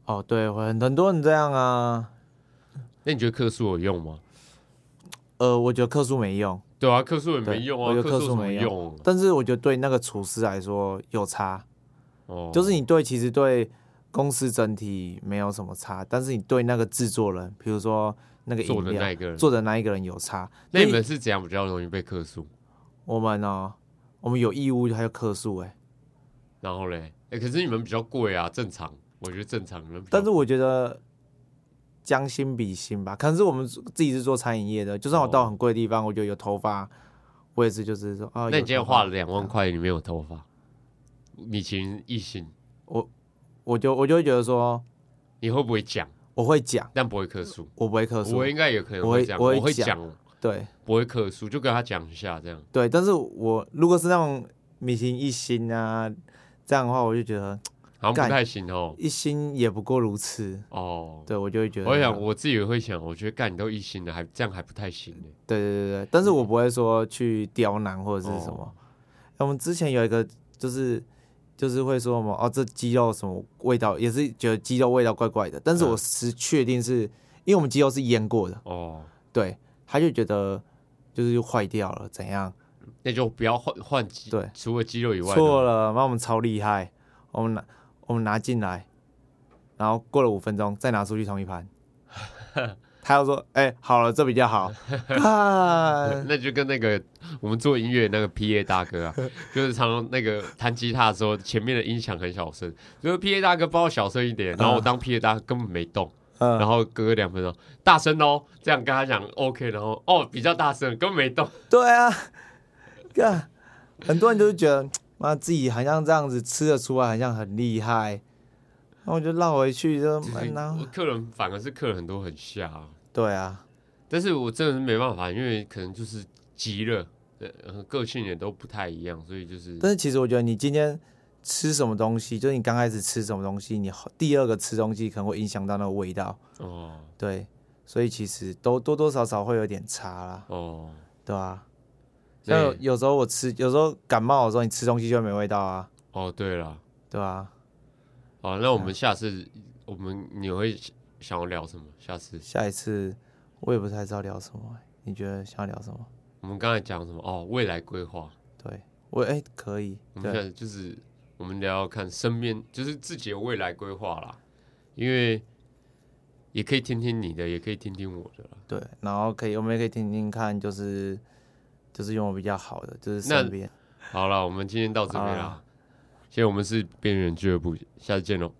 S1: 哦，对，我很很多人这样啊，
S2: 那你觉得客诉有用吗？
S1: 呃，我觉得客诉没用，
S2: 对啊，客诉也没
S1: 对
S2: 用
S1: 我
S2: 啊，
S1: 觉得
S2: 客
S1: 客诉
S2: 诉有什么
S1: 没
S2: 用？啊
S1: 但是我觉得对那个厨师来说有差。
S2: 哦，
S1: 就是你对其实对公司整体没有什么差，但是你对那个制作人，比如说那个
S2: 做
S1: 饮
S2: 的
S1: 料
S2: 那一个人，
S1: 做的那一个人有差。
S2: 那你
S1: 所以
S2: 们是怎样比较容易被客诉？
S1: 我们哦，我们有义务还有客诉
S2: 哦
S1: 哎、
S2: 然后嘞，哎，可是你们比较贵啊，正常，我觉得正常人比较。
S1: 但是我觉得将心比心吧，可能是我们自己是做餐饮业的，就算我
S2: 哦
S1: 到很贵的地方，我觉得有头发，我也是就是说啊，
S2: 那你
S1: 有
S2: 今天
S1: 头
S2: 花
S1: 发
S2: 了两万块，你没有头发，米其林一星，
S1: 我就我就会觉得说
S2: 你会不会讲？
S1: 我会讲，
S2: 但不会客诉。
S1: 我不会客诉
S2: 我，应该有可能
S1: 我
S2: 会
S1: 会
S2: 这样，
S1: 我会
S2: 我会
S1: 讲
S2: 讲，
S1: 对
S2: 不会客诉，就跟他讲一下这样。
S1: 对，但是我如果是那种米其林一星啊这样的话，我就觉得。
S2: 好像不
S1: 干
S2: 太行哦。
S1: 一心也不过如此，
S2: 哦，
S1: 对我就会觉得，
S2: 我想我自己也会想，我觉得干你都一心了，还这样还不太行欸呢。
S1: 对对对对，但是我不会说去刁难或者是什
S2: 哦
S1: 么。我们之前有一个就是就是会说什么哦，这鸡肉什么味道，也是觉得鸡肉味道怪怪的，但是
S2: 嗯
S1: 我是确定是因为我们鸡肉是腌过的，
S2: 哦，
S1: 对，他就觉得就是又坏掉了怎样？
S2: 那就不要换换鸡，
S1: 对，
S2: 除了鸡肉以外，
S1: 错，了，妈我们超厉害，我们拿我们拿进来，然后过了五分钟再拿出去同一 盘。他又说：“哎、好了，这比较 好。啊”
S2: 那就跟那个我们做音乐那个 P A 大哥啊，就是常常那个弹吉他的时候，前面的音响很小声，就是 P A 大哥帮我小声一点，然后我当 P A 大哥根本没动。
S1: 嗯
S2: 然后隔两分钟，大声哦，这样跟他讲 OK，然后哦比较大声，根本没动。
S1: 对啊，看很多人就是觉得妈自己好像这样子吃得出来，好像很厉害，然后我就绕回去就
S2: 就是
S1: 然后
S2: 客人反而是客人很多很瞎、
S1: 对啊，
S2: 但是我真的是没办法，因为可能就是急了，呃，个性也都不太一样，所以就是
S1: 但是其实我觉得你今天吃什么东西，就是你刚开始吃什么东西，你后第二个吃东西可能会影响到那个味道，
S2: 哦
S1: 对，所以其实都多多少少会有点差啦，
S2: 哦，
S1: 对啊？像有
S2: 对
S1: 有时候我吃，有时候感冒的时候你吃东西就会没味道啊，
S2: 哦对了，
S1: 对啊？
S2: 哦，那我们下次我们你会想要聊什么？下次
S1: 下一次我也不太知道聊什么欸、你觉得想要聊什么？
S2: 我们刚才讲什么？哦，未来规划，
S1: 对我哎、可以，
S2: 我们
S1: 对
S2: 现在就是我们聊聊看身边，就是自己的未来规划啦，因为也可以听听你的，也可以听听我的啦。
S1: 对，然后可以我们也可以听听看，就是就是用比较好的，就是身边。
S2: 好了，我们今天到这边
S1: 好
S2: 啦
S1: 啦，
S2: 现在我们是边缘俱乐部，下次见喽，